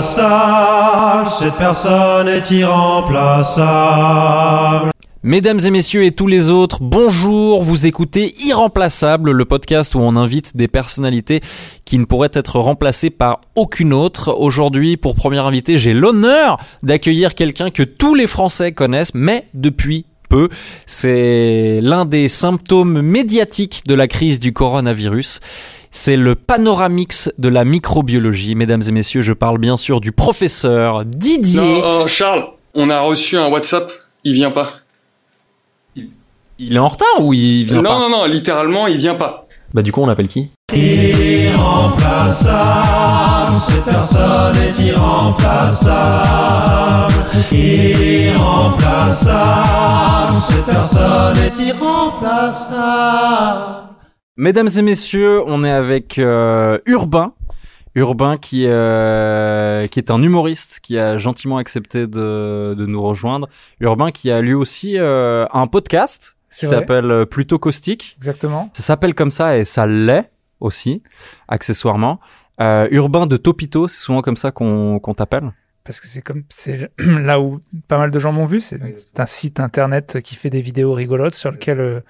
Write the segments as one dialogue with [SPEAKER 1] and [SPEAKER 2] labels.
[SPEAKER 1] irremplaçable. Cette personne est irremplaçable.
[SPEAKER 2] Mesdames et messieurs et tous les autres, bonjour, vous écoutez Irremplaçable, le podcast où on invite des personnalités qui ne pourraient être remplacées par aucune autre. Aujourd'hui, pour premier invité, j'ai l'honneur d'accueillir quelqu'un que tous les Français connaissent, mais depuis peu. C'est l'un des symptômes médiatiques de la crise du coronavirus. C'est le panoramix de la microbiologie. Mesdames et messieurs, je parle bien sûr du professeur Didier.
[SPEAKER 3] Non, oh, Charles, on a reçu un WhatsApp, il vient pas.
[SPEAKER 2] Il est en retard ou il vient
[SPEAKER 3] non,
[SPEAKER 2] pas
[SPEAKER 3] non, non, littéralement, il vient pas.
[SPEAKER 2] Bah du coup on appelle qui
[SPEAKER 1] Irremplaçable, cette personne est irremplaçable. Irremplaçable, cette personne est irremplaçable.
[SPEAKER 2] Mesdames et messieurs, on est avec euh, Urbain. Urbain qui, euh, qui est un humoriste qui a gentiment accepté de, de nous rejoindre. Urbain qui a lui aussi euh, un podcast qui
[SPEAKER 4] C'est vrai.
[SPEAKER 2] s'appelle euh, Plutôt Caustique.
[SPEAKER 4] Exactement.
[SPEAKER 2] Ça s'appelle comme ça et ça l'est aussi, accessoirement. Euh, Urbain de Topito, c'est souvent comme ça qu'on qu'on t'appelle.
[SPEAKER 4] Parce que c'est comme, c'est là où pas mal de gens m'ont vu. C'est c'est un site internet qui fait des vidéos rigolotes sur lequel, euh,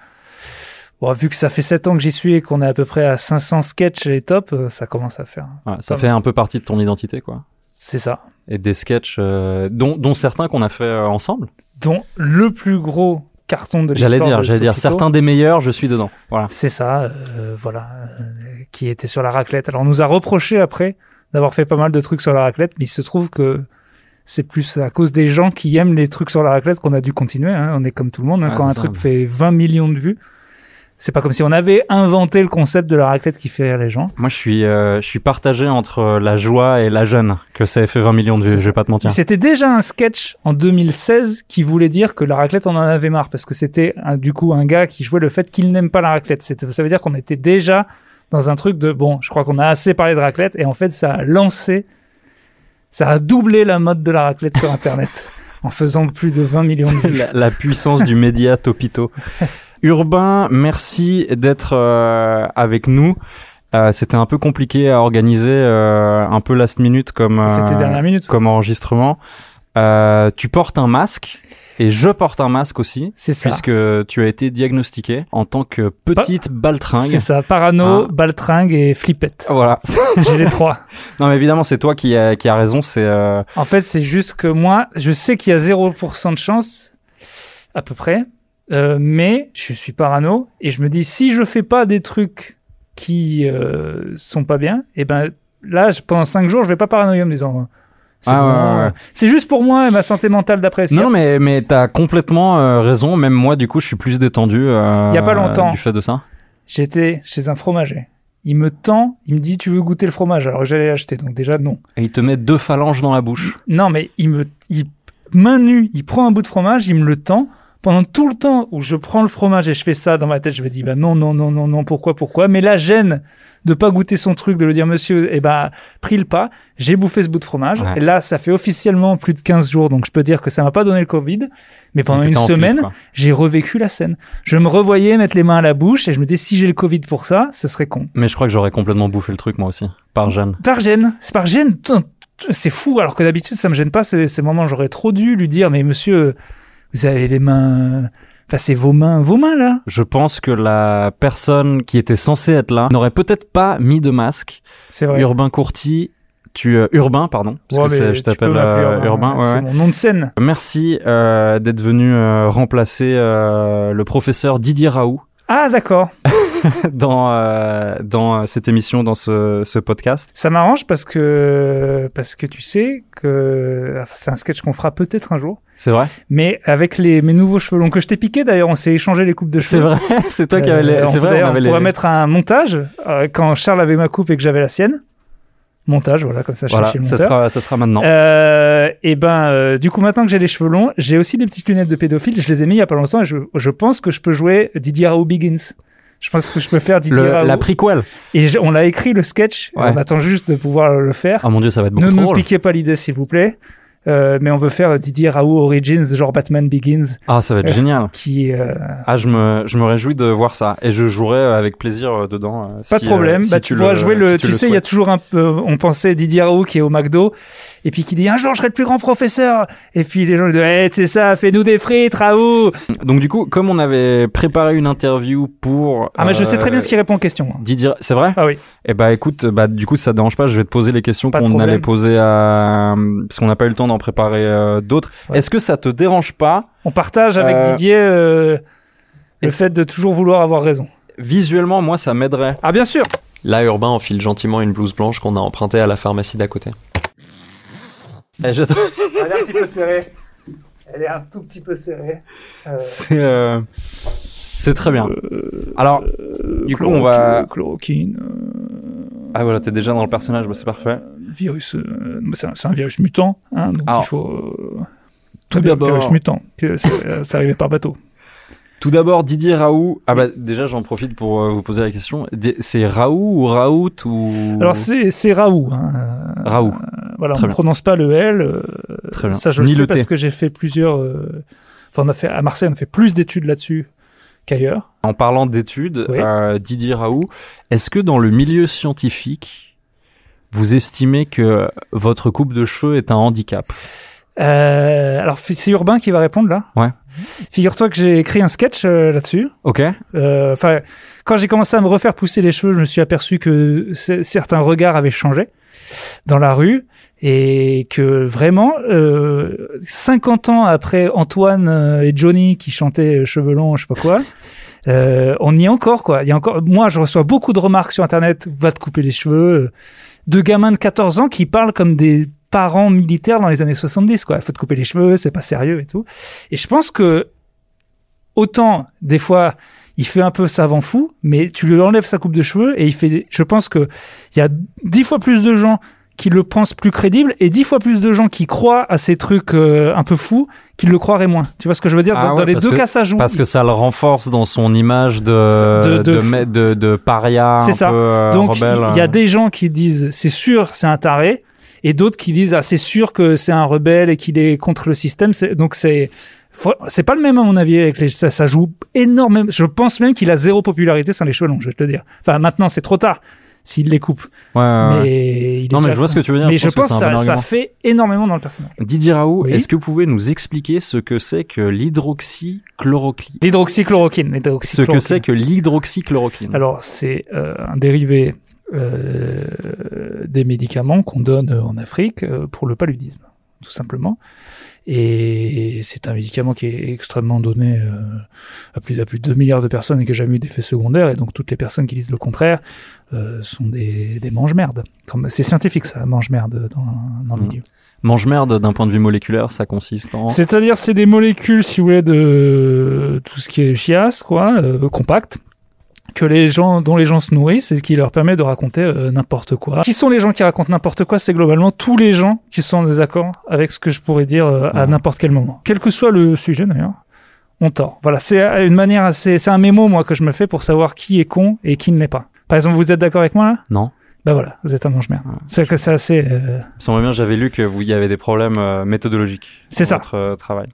[SPEAKER 4] bon, vu que ça fait 7 ans que j'y suis et qu'on est à peu près à 500 sketchs et top, euh, ça commence à faire.
[SPEAKER 2] Voilà, ça
[SPEAKER 4] Pas
[SPEAKER 2] fait un peu partie de ton identité, quoi.
[SPEAKER 4] C'est ça.
[SPEAKER 2] Et des sketchs, euh, dont, dont certains qu'on a fait euh, ensemble.
[SPEAKER 4] Dont le plus gros carton de l'histoire.
[SPEAKER 2] J'allais dire,
[SPEAKER 4] de
[SPEAKER 2] j'allais dire,
[SPEAKER 4] Tokito,
[SPEAKER 2] certains des meilleurs, je suis dedans. Voilà.
[SPEAKER 4] C'est ça, euh, voilà, euh, qui était sur la raclette. Alors on nous a reproché après d'avoir fait pas mal de trucs sur la raclette, mais il se trouve que c'est plus à cause des gens qui aiment les trucs sur la raclette qu'on a dû continuer. hein. On est comme tout le monde, hein.
[SPEAKER 2] Ah,
[SPEAKER 4] quand
[SPEAKER 2] c'est ça.
[SPEAKER 4] un truc fait 20 millions de vues, c'est pas comme si on avait inventé le concept de la raclette qui fait rire les gens.
[SPEAKER 2] Moi, je suis, euh, je suis partagé entre la joie et la jeune que ça ait fait 20 millions de vues.
[SPEAKER 4] C'est
[SPEAKER 2] Je vais pas te mentir.
[SPEAKER 4] Mais C'était déjà un sketch en 2016 qui voulait dire que la raclette on en avait marre parce que c'était un- du coup un gars qui jouait le fait qu'il n'aime pas la raclette. C'était- Ça veut dire qu'on était déjà dans un truc de bon, je crois qu'on a assez parlé de raclette et en fait ça a lancé, ça a doublé la mode de la raclette sur internet en faisant plus de 20 millions de vues.
[SPEAKER 2] la, la puissance du média Topito. Urbain, merci d'être euh, avec nous. Euh, C'était un peu compliqué à organiser, euh, un peu last minute comme euh,
[SPEAKER 4] C'était dernière minute.
[SPEAKER 2] comme enregistrement. Euh, tu portes un masque et je porte un masque aussi.
[SPEAKER 4] C'est ça.
[SPEAKER 2] Puisque tu as été diagnostiqué en tant que petite
[SPEAKER 4] C'est
[SPEAKER 2] baltringue.
[SPEAKER 4] ça, parano,
[SPEAKER 2] Ah.
[SPEAKER 4] baltringue et flippette.
[SPEAKER 2] Voilà.
[SPEAKER 4] J'ai les trois.
[SPEAKER 2] non, mais évidemment, c'est toi qui a, qui a raison. C'est euh,
[SPEAKER 4] En fait, c'est juste que moi, je sais qu'il y a 0% de chance, à peu près, euh, mais je suis parano et je me dis si je fais pas des trucs qui euh, sont pas bien, et ben là, je- pendant 5 jours, je vais pas paranoïa en me disant. hein. C'est
[SPEAKER 2] Ah, ouais, ouais,
[SPEAKER 4] euh,
[SPEAKER 2] ouais.
[SPEAKER 4] c'est juste pour moi et ma santé mentale d'après.
[SPEAKER 2] Non, mais, mais t'as complètement euh, raison. Même moi, du coup, je suis plus détendu. euh,
[SPEAKER 4] Y a pas longtemps.
[SPEAKER 2] Du fait de ça.
[SPEAKER 4] J'étais chez un fromager. Il me tend, il me dit tu veux goûter le fromage alors que j'allais l'acheter donc déjà non.
[SPEAKER 2] Et il te met deux phalanges dans la bouche.
[SPEAKER 4] Non, mais il me, il, main nue, il prend un bout de fromage, il me le tend. Pendant tout le temps où je prends le fromage et je fais ça dans ma tête, je me dis, bah non, non, non, non, non, pourquoi, pourquoi? Mais la gêne de pas goûter son truc, de le dire, monsieur, eh ben, pris le pas, j'ai bouffé ce bout de fromage.
[SPEAKER 2] Ouais.
[SPEAKER 4] Et là, ça fait officiellement plus de 15 jours, donc je peux dire que ça m'a pas donné le Covid. Mais pendant
[SPEAKER 2] Et
[SPEAKER 4] une
[SPEAKER 2] t'étais en flip,
[SPEAKER 4] semaine,
[SPEAKER 2] quoi.
[SPEAKER 4] j'ai revécu la scène. Je me revoyais mettre les mains à la bouche et je me dis, si j'ai le Covid pour ça, ce serait con.
[SPEAKER 2] Mais je crois que j'aurais complètement bouffé le truc, moi aussi. Par Jeanne.
[SPEAKER 4] Par gêne, c'est par gêne. Tain, tain, C'est fou, alors que d'habitude ça me gêne pas. Ces, ces moments, j'aurais trop dû lui dire, mais monsieur, vous avez les mains, enfin c'est vos mains, vos mains là.
[SPEAKER 2] Je pense que la personne qui était censée être là n'aurait peut-être pas mis de masque.
[SPEAKER 4] C'est vrai.
[SPEAKER 2] Urbain Courti, tu euh, Urbain, pardon, parce
[SPEAKER 4] Ouais,
[SPEAKER 2] que
[SPEAKER 4] mais
[SPEAKER 2] c'est-
[SPEAKER 4] tu
[SPEAKER 2] je
[SPEAKER 4] peux
[SPEAKER 2] t'appelle
[SPEAKER 4] m'appeler
[SPEAKER 2] euh, Urbain. ouais,
[SPEAKER 4] c'est
[SPEAKER 2] ouais.
[SPEAKER 4] mon nom de scène.
[SPEAKER 2] Merci euh, d'être venu euh, remplacer euh, le professeur Didier Raoult
[SPEAKER 4] Ah d'accord.
[SPEAKER 2] dans euh, dans euh, cette émission, dans ce, ce podcast.
[SPEAKER 4] Ça m'arrange parce que parce que tu sais que enfin, c'est un sketch qu'on fera peut-être un jour.
[SPEAKER 2] C'est vrai.
[SPEAKER 4] Mais avec les mes nouveaux cheveux longs que je t'ai piqué d'ailleurs, on s'est échangé les coupes de
[SPEAKER 2] C'est
[SPEAKER 4] cheveux.
[SPEAKER 2] vrai. C'est toi qui avais
[SPEAKER 4] Euh,
[SPEAKER 2] les.
[SPEAKER 4] on
[SPEAKER 2] C'est vrai.
[SPEAKER 4] pourrait-
[SPEAKER 2] On
[SPEAKER 4] on
[SPEAKER 2] avait les.
[SPEAKER 4] pourrait mettre un montage euh, quand Charles avait ma coupe et que j'avais la sienne. Montage, voilà, comme ça, je suis
[SPEAKER 2] Voilà.
[SPEAKER 4] chez le
[SPEAKER 2] Ça
[SPEAKER 4] monteur.
[SPEAKER 2] sera ça sera maintenant.
[SPEAKER 4] Euh, et ben, euh, du coup, maintenant que j'ai les cheveux longs, j'ai aussi des petites lunettes de pédophile. Je les ai mis il y a pas longtemps et je, je pense que je peux jouer Didier Raoult Begins. Je pense que je peux faire Didier
[SPEAKER 2] Le-
[SPEAKER 4] Raoult.
[SPEAKER 2] la prequel.
[SPEAKER 4] Et je- on l'a écrit le sketch.
[SPEAKER 2] Ouais.
[SPEAKER 4] On attend juste de pouvoir le faire.
[SPEAKER 2] Ah mon dieu, ça va être beaucoup
[SPEAKER 4] ne
[SPEAKER 2] trop
[SPEAKER 4] nous
[SPEAKER 2] drôle.
[SPEAKER 4] piquez pas l'idée, s'il vous plaît. euh, mais on veut faire Didier Raoult Origins, genre Batman Begins,
[SPEAKER 2] Ah, ça va être
[SPEAKER 4] Euh.
[SPEAKER 2] génial.
[SPEAKER 4] qui est... euh,
[SPEAKER 2] Ah, je me, je me réjouis de voir ça et je jouerai euh, avec plaisir euh, dedans. euh,
[SPEAKER 4] Pas
[SPEAKER 2] si,
[SPEAKER 4] de problème.
[SPEAKER 2] euh, si
[SPEAKER 4] bah, tu pourras
[SPEAKER 2] le-
[SPEAKER 4] jouer
[SPEAKER 2] si
[SPEAKER 4] le. tu sais, il y a
[SPEAKER 2] souhaites.
[SPEAKER 4] toujours un peu. On pensait Didier Raoult qui est au McDo et puis qui dit un jour je serai le plus grand professeur. Et puis les gens lui disent Eh, c'est ça, fais-nous des frites, Raoult.
[SPEAKER 2] Donc du coup, comme on avait préparé une interview pour.
[SPEAKER 4] Ah mais je sais très bien ce
[SPEAKER 2] qui
[SPEAKER 4] qu'il répond hein. aux questions.
[SPEAKER 2] Didier, c'est vrai
[SPEAKER 4] Ah oui.
[SPEAKER 2] Eh bah écoute, bah du coup, si ça te dérange pas, je vais te poser les questions
[SPEAKER 4] Pas de
[SPEAKER 2] qu'on
[SPEAKER 4] problème.
[SPEAKER 2] allait poser à parce qu'on n'a pas eu le temps d'en préparer euh, d'autres.
[SPEAKER 4] Ouais.
[SPEAKER 2] Est-ce que ça te dérange pas
[SPEAKER 4] On partage avec
[SPEAKER 2] Euh,
[SPEAKER 4] Didier euh,
[SPEAKER 2] et-
[SPEAKER 4] le fait de toujours vouloir avoir raison.
[SPEAKER 2] Visuellement, moi, ça m'aiderait.
[SPEAKER 4] Ah bien sûr.
[SPEAKER 2] Là, Urbain enfile gentiment une blouse blanche qu'on a empruntée à la pharmacie d'à côté.
[SPEAKER 4] Eh, Elle est un petit peu serrée. Elle est un tout petit peu serrée.
[SPEAKER 2] C'est euh, c'est très bien.
[SPEAKER 4] Euh,
[SPEAKER 2] Alors, du coup, on va.
[SPEAKER 4] Chloroquine, euh,
[SPEAKER 2] Ah voilà, t'es déjà dans le personnage, bah, c'est parfait.
[SPEAKER 4] virus. euh, c'est un, virus mutant, hein, donc
[SPEAKER 2] Alors,
[SPEAKER 4] il faut.
[SPEAKER 2] Ah.
[SPEAKER 4] euh,
[SPEAKER 2] tout d'abord-
[SPEAKER 4] Virus mutant. que c'est- euh, Ça arrivait par bateau.
[SPEAKER 2] Tout d'abord, Didier Raoult. Ah bah déjà, j'en profite pour euh, vous poser la question. Di- C'est Raoult ou Raoult ou
[SPEAKER 4] Alors c'est c'est Raoult. hein. Euh,
[SPEAKER 2] Raoult.
[SPEAKER 4] Voilà,
[SPEAKER 2] Mmh. Très
[SPEAKER 4] on ne
[SPEAKER 2] bien.
[SPEAKER 4] prononce pas le L. euh,
[SPEAKER 2] Très bien.
[SPEAKER 4] Ça je
[SPEAKER 2] Ni
[SPEAKER 4] le sais
[SPEAKER 2] le T.
[SPEAKER 4] parce que j'ai fait plusieurs. euh, Enfin, on a fait à Marseille, on a fait plus d'études là-dessus qu'ailleurs.
[SPEAKER 2] En parlant d'études,
[SPEAKER 4] Oui.
[SPEAKER 2] euh, Didier Raoult, est-ce que dans le milieu scientifique, vous estimez que votre coupe de cheveux est un handicap
[SPEAKER 4] Euh, alors fi- c'est Urbain qui va répondre là.
[SPEAKER 2] Ouais.
[SPEAKER 4] Figure-toi que j'ai écrit un sketch euh, là-dessus.
[SPEAKER 2] Ok.
[SPEAKER 4] Euh, Enfin, quand j'ai commencé à me refaire pousser les cheveux, je me suis aperçu que c- certains regards avaient changé dans la rue et que vraiment, euh, 50 ans après Antoine euh, et Johnny qui chantaient euh, Cheveux longs, je sais pas quoi, euh, on y est encore quoi. Il y a encore. Moi, je reçois beaucoup de remarques sur Internet. Va te couper les cheveux. De gamins de 14 ans qui parlent comme des parents militaires dans les années 70 quoi. Faut te couper les cheveux, c'est pas sérieux et tout. Et je pense que autant des fois il fait un peu savant fou, mais tu lui enlèves sa coupe de cheveux et il fait. Je pense que il y a dix fois plus de gens qui le pensent plus crédible et dix fois plus de gens qui croient à ces trucs euh, un peu fous qui le croiraient moins. Tu vois ce que je veux dire
[SPEAKER 2] Ah
[SPEAKER 4] Dans,
[SPEAKER 2] ouais,
[SPEAKER 4] dans les
[SPEAKER 2] parce
[SPEAKER 4] deux
[SPEAKER 2] que-
[SPEAKER 4] cas, ça joue.
[SPEAKER 2] Parce que ça le renforce dans son image de
[SPEAKER 4] De-
[SPEAKER 2] de
[SPEAKER 4] de-
[SPEAKER 2] ma- de, de paria,
[SPEAKER 4] C'est
[SPEAKER 2] un
[SPEAKER 4] ça.
[SPEAKER 2] peu euh,
[SPEAKER 4] Donc il
[SPEAKER 2] rebelle.
[SPEAKER 4] il y a des gens qui disent c'est sûr c'est un taré et d'autres qui disent ah c'est sûr que c'est un rebelle et qu'il est contre le système C'est- donc c'est faut- c'est pas le même à mon avis avec les ça, ça joue énormément je pense même qu'il a zéro popularité sans les cheveux longs je vais te le dire enfin maintenant c'est trop tard s'il les coupe
[SPEAKER 2] Ouais, ouais, ouais.
[SPEAKER 4] mais il est
[SPEAKER 2] Euh, non mais
[SPEAKER 4] déjà-
[SPEAKER 2] je vois ce que tu veux dire.
[SPEAKER 4] mais je pense
[SPEAKER 2] que
[SPEAKER 4] que
[SPEAKER 2] c'est un
[SPEAKER 4] ça,
[SPEAKER 2] bon
[SPEAKER 4] ça
[SPEAKER 2] argument.
[SPEAKER 4] fait énormément dans le personnage
[SPEAKER 2] Didier Raoult,
[SPEAKER 4] Oui.
[SPEAKER 2] est-ce que vous pouvez nous expliquer ce que c'est que l'hydroxychloroquine
[SPEAKER 4] l'hydroxychloroquine
[SPEAKER 2] Ce que c'est que l'hydroxychloroquine
[SPEAKER 4] Alors, c'est euh, un dérivé euh, des médicaments qu'on donne euh, en Afrique euh, pour le paludisme, tout simplement. Et c'est un médicament qui est extrêmement donné euh, à, plus, à plus de 2 milliards de personnes et qui n'a jamais eu d'effet secondaire. Et donc, toutes les personnes qui disent le contraire euh, sont des, des mange-merdes. Comme- C'est scientifique, ça, mange-merde dans, dans le
[SPEAKER 2] Mhm.
[SPEAKER 4] milieu.
[SPEAKER 2] Mange merde d'un point de vue moléculaire, ça consiste en.
[SPEAKER 4] C'est-à-dire, c'est des molécules, si vous voulez, de tout ce qui est chiasse, quoi, euh, compact, que les gens, dont les gens se nourrissent et qui leur permet de raconter euh, n'importe quoi. Qui sont les gens qui racontent n'importe quoi C'est globalement tous les gens qui sont en désaccord avec ce que je pourrais dire euh, à
[SPEAKER 2] Mhm.
[SPEAKER 4] n'importe quel moment, quel que soit le sujet d'ailleurs. On tord. Voilà, c'est euh, une manière assez, c'est un mémo moi que je me fais pour savoir qui est con et qui ne l'est pas. Par exemple, vous êtes d'accord avec moi là
[SPEAKER 2] Non.
[SPEAKER 4] Bah voilà, vous êtes un mange-merde. C'est que c'est assez.
[SPEAKER 2] Il
[SPEAKER 4] euh,
[SPEAKER 2] me semble bien, j'avais lu que vous y avez des problèmes euh, méthodologiques.
[SPEAKER 4] C'est
[SPEAKER 2] dans
[SPEAKER 4] ça.
[SPEAKER 2] Votre euh, travail.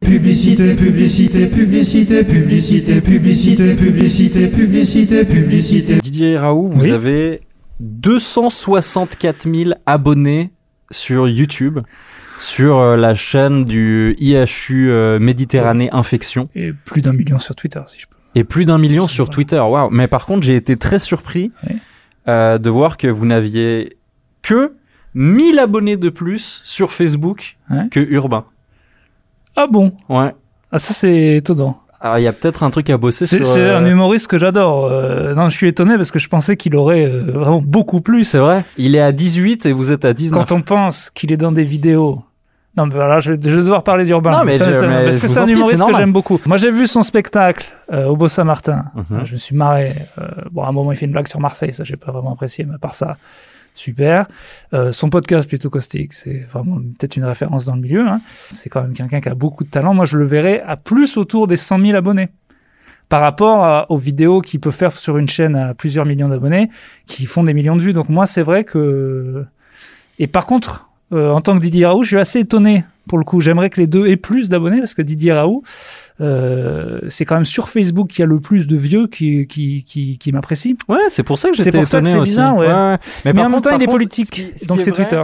[SPEAKER 1] Publicité, publicité, publicité, publicité, publicité, publicité, publicité, publicité.
[SPEAKER 2] Didier Raoult, vous
[SPEAKER 4] Oui.
[SPEAKER 2] avez 264 000 abonnés sur YouTube, sur euh, la chaîne du IHU euh, Méditerranée Infection,
[SPEAKER 4] Et plus d'un million sur Twitter, si je peux.
[SPEAKER 2] et plus d'un million
[SPEAKER 4] C'est
[SPEAKER 2] sur
[SPEAKER 4] vrai.
[SPEAKER 2] Twitter. Waouh Mais par contre, j'ai été très surpris
[SPEAKER 4] Oui.
[SPEAKER 2] euh, de voir que vous n'aviez que 1000 abonnés de plus sur Facebook
[SPEAKER 4] Ouais.
[SPEAKER 2] que Urbain.
[SPEAKER 4] Ah bon
[SPEAKER 2] Ouais.
[SPEAKER 4] Ah ça c'est étonnant.
[SPEAKER 2] Alors, il y a peut-être un truc à bosser
[SPEAKER 4] C'est
[SPEAKER 2] sur...
[SPEAKER 4] c'est
[SPEAKER 2] euh,
[SPEAKER 4] un humoriste que j'adore. Euh, non, je suis étonné parce que je pensais qu'il aurait euh, vraiment beaucoup plus.
[SPEAKER 2] C'est vrai. Il est à 18 et vous êtes à 19.
[SPEAKER 4] Quand on pense qu'il est dans des vidéos. Non, mais voilà, je, je vais devoir parler d'Urbain.
[SPEAKER 2] Non, mais
[SPEAKER 4] Ça,
[SPEAKER 2] je-
[SPEAKER 4] ça-
[SPEAKER 2] mais
[SPEAKER 4] parce
[SPEAKER 2] je
[SPEAKER 4] que
[SPEAKER 2] vous
[SPEAKER 4] c'est
[SPEAKER 2] en
[SPEAKER 4] un
[SPEAKER 2] prie, c'est
[SPEAKER 4] humoriste que
[SPEAKER 2] normal.
[SPEAKER 4] j'aime beaucoup. Moi, j'ai vu son spectacle euh, au Beau-Saint-Martin.
[SPEAKER 2] Mhm.
[SPEAKER 4] Euh, Je me suis marré. Euh, bon, à un moment, il fait une blague sur Marseille, ça, j'ai pas vraiment apprécié, mais à part ça, super. Euh, son podcast, plutôt caustique, c'est vraiment peut-être une référence dans le milieu. hein. C'est quand même quelqu'un qui a beaucoup de talent. Moi, je le verrais à plus autour des 100 000 abonnés. Par rapport à- aux vidéos qu'il peut faire sur une chaîne à plusieurs millions d'abonnés, qui font des millions de vues. Donc moi, c'est vrai que... Et par contre, euh, en tant que Didier Raoult, je suis assez étonné pour le coup. J'aimerais que les deux aient plus d'abonnés parce que Didier Raoult, euh, c'est quand même sur Facebook qu'il y a le plus de vieux qui, qui, qui, qui m'apprécient.
[SPEAKER 2] Ouais, c'est pour ça que
[SPEAKER 4] C'est
[SPEAKER 2] j'étais
[SPEAKER 4] pour ça que
[SPEAKER 2] étonné
[SPEAKER 4] c'est
[SPEAKER 2] aussi.
[SPEAKER 4] bizarre, ouais. Mais,
[SPEAKER 2] par
[SPEAKER 4] en même
[SPEAKER 2] contre-
[SPEAKER 4] temps,
[SPEAKER 2] par
[SPEAKER 4] il est
[SPEAKER 2] contre,
[SPEAKER 4] politique,
[SPEAKER 2] ce qui- ce qui
[SPEAKER 4] donc
[SPEAKER 2] est
[SPEAKER 4] c'est
[SPEAKER 2] vrai,
[SPEAKER 4] Twitter.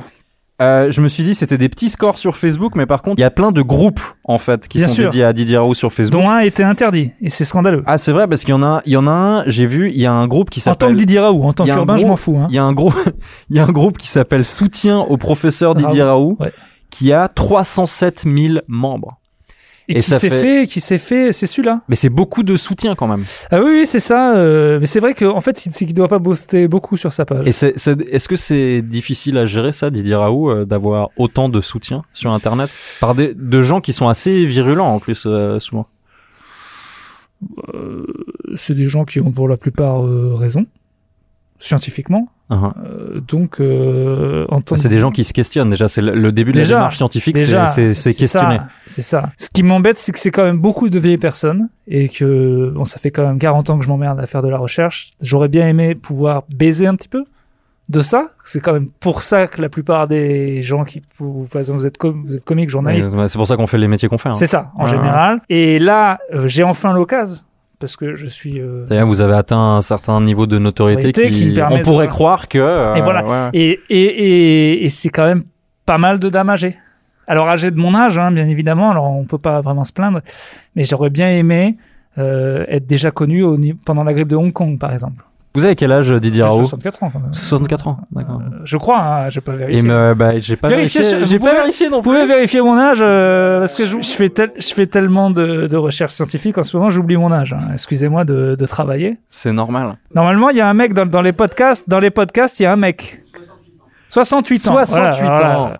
[SPEAKER 2] Euh, je me suis dit c'était des petits scores sur Facebook, mais par contre il y a plein de groupes en fait qui
[SPEAKER 4] Bien
[SPEAKER 2] sont
[SPEAKER 4] sûr.
[SPEAKER 2] dédiés à Didier Raoult sur Facebook.
[SPEAKER 4] Dont un était interdit, et c'est scandaleux.
[SPEAKER 2] Ah c'est vrai parce qu'il y en a, il y en a un, j'ai vu, il y a un groupe qui
[SPEAKER 4] en tant que
[SPEAKER 2] s'appelle.
[SPEAKER 4] Didier Raoult, en tant
[SPEAKER 2] il y a un
[SPEAKER 4] qu'urbain, je
[SPEAKER 2] gros-
[SPEAKER 4] m'en fous. Hein.
[SPEAKER 2] Il y a un groupe, il y a un groupe qui s'appelle Soutien au professeur Didier Raoult,
[SPEAKER 4] ouais.
[SPEAKER 2] qui a 307 000 membres.
[SPEAKER 4] Et,
[SPEAKER 2] Et
[SPEAKER 4] qui
[SPEAKER 2] ça
[SPEAKER 4] s'est
[SPEAKER 2] fait-
[SPEAKER 4] fait, qui s'est fait, c'est celui-là.
[SPEAKER 2] Mais c'est beaucoup de soutien quand même.
[SPEAKER 4] Ah oui, oui, c'est ça. euh, mais c'est vrai qu'en en fait, c'est c'est qu'il doit pas booster beaucoup sur sa page.
[SPEAKER 2] Et c'est, c'est- est-ce que c'est difficile à gérer ça, Didier Raoult, euh, d'avoir autant de soutien sur Internet par des de gens qui sont assez virulents en plus euh, souvent.
[SPEAKER 4] Euh, C'est des gens qui ont pour la plupart euh, raison, scientifiquement.
[SPEAKER 2] Hein, hein.
[SPEAKER 4] Euh, donc, euh, en
[SPEAKER 2] Ah,
[SPEAKER 4] tant
[SPEAKER 2] Bah, C'est
[SPEAKER 4] que-
[SPEAKER 2] des gens qui se questionnent déjà. C'est le, le début de
[SPEAKER 4] Déjà,
[SPEAKER 2] la démarche scientifique, c'est-
[SPEAKER 4] Déjà,
[SPEAKER 2] c'est, c'est, questionner.
[SPEAKER 4] ça, C'est ça. Ce qui m'embête, c'est que c'est quand même beaucoup de vieilles personnes et que bon, ça fait quand même 40 ans que je m'emmerde à faire de la recherche. J'aurais bien aimé pouvoir baiser un petit peu de ça. C'est quand même pour ça que la plupart des gens qui, vous, par exemple, vous êtes, com- vous êtes comique, journaliste,
[SPEAKER 2] Ouais, C'est pour ça qu'on fait les métiers qu'on fait. hein.
[SPEAKER 4] C'est ça, en
[SPEAKER 2] Ouais,
[SPEAKER 4] général. Et là, euh, j'ai enfin l'occasion, parce que je suis... euh,
[SPEAKER 2] C'est-à-dire, vous avez atteint un certain niveau de notoriété
[SPEAKER 4] Notoriété
[SPEAKER 2] qui,
[SPEAKER 4] qui me permet
[SPEAKER 2] on
[SPEAKER 4] de-
[SPEAKER 2] pourrait croire que. euh,
[SPEAKER 4] Et voilà.
[SPEAKER 2] ouais.
[SPEAKER 4] et et, et, et c'est quand même pas mal de dames âgées. Alors âgées de mon âge, hein, bien évidemment, alors on peut pas vraiment se plaindre, mais j'aurais bien aimé euh, être déjà connu au, ni- pendant la grippe de Hong Kong, par exemple.
[SPEAKER 2] Vous avez quel âge, Didier
[SPEAKER 4] J'ai
[SPEAKER 2] Raoult
[SPEAKER 4] 64 ans, quand même.
[SPEAKER 2] 64 ans. D'accord.
[SPEAKER 4] Euh, je crois, hein, je peux vérifier.
[SPEAKER 2] Et me, bah, j'ai pas
[SPEAKER 4] Vérifiez
[SPEAKER 2] vérifié.
[SPEAKER 4] sur-
[SPEAKER 2] J'ai
[SPEAKER 4] vous
[SPEAKER 2] pas
[SPEAKER 4] pouvez-
[SPEAKER 2] vérifié non
[SPEAKER 4] Vous pouvez vérifier mon âge euh, parce que je, je fais tel- je fais tellement de, de recherches scientifiques en ce moment, j'oublie mon âge. hein. Excusez-moi de- de travailler.
[SPEAKER 2] C'est normal.
[SPEAKER 4] Normalement, il y a un mec dans, dans les podcasts. Dans les podcasts, il y a un mec. 68 ans.
[SPEAKER 2] 68
[SPEAKER 4] Voilà, voilà.
[SPEAKER 2] ans.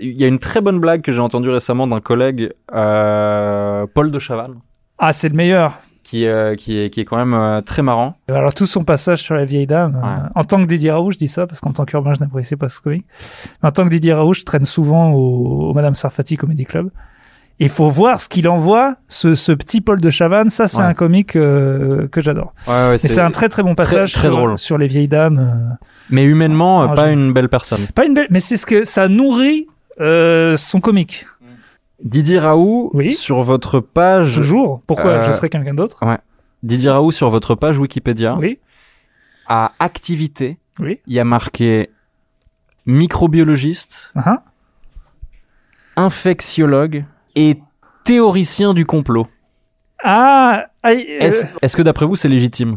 [SPEAKER 2] Il y a une très bonne blague que j'ai entendue récemment d'un collègue, euh, Paul de Chavannes,
[SPEAKER 4] Ah, c'est le meilleur.
[SPEAKER 2] qui, euh, qui, est, qui est quand même euh, très marrant.
[SPEAKER 4] Alors, tout son passage sur la vieille dame.
[SPEAKER 2] Ouais.
[SPEAKER 4] euh, en tant que Didier Raoult, je dis ça parce qu'en tant qu'urbain, je n'apprécie pas ce comique. Mais en tant que Didier Raoult, je traîne souvent au, au Madame Sarfati Comedy Club. Et il faut voir ce qu'il envoie, ce, ce petit Paul de Chavannes. Ça, c'est
[SPEAKER 2] Ouais.
[SPEAKER 4] un comique euh, que j'adore.
[SPEAKER 2] Ouais, ouais,
[SPEAKER 4] Et c'est un très très bon passage
[SPEAKER 2] très
[SPEAKER 4] sur,
[SPEAKER 2] drôle.
[SPEAKER 4] sur les vieilles dames. euh,
[SPEAKER 2] Mais humainement, euh,
[SPEAKER 4] Ah,
[SPEAKER 2] pas
[SPEAKER 4] je-
[SPEAKER 2] une belle personne.
[SPEAKER 4] Pas une belle, mais c'est ce que ça nourrit euh, son comique.
[SPEAKER 2] Didier Raoult,
[SPEAKER 4] Oui.
[SPEAKER 2] sur votre page,
[SPEAKER 4] Toujours. Pourquoi
[SPEAKER 2] Euh,
[SPEAKER 4] je serais quelqu'un d'autre
[SPEAKER 2] Didier Raoult, sur votre page Wikipédia,
[SPEAKER 4] Oui.
[SPEAKER 2] à activité,
[SPEAKER 4] Oui.
[SPEAKER 2] il y a marqué microbiologiste,
[SPEAKER 4] Hein
[SPEAKER 2] infectiologue et théoricien du complot.
[SPEAKER 4] Ah, aïe, euh,
[SPEAKER 2] Est-ce est-ce que d'après vous, c'est légitime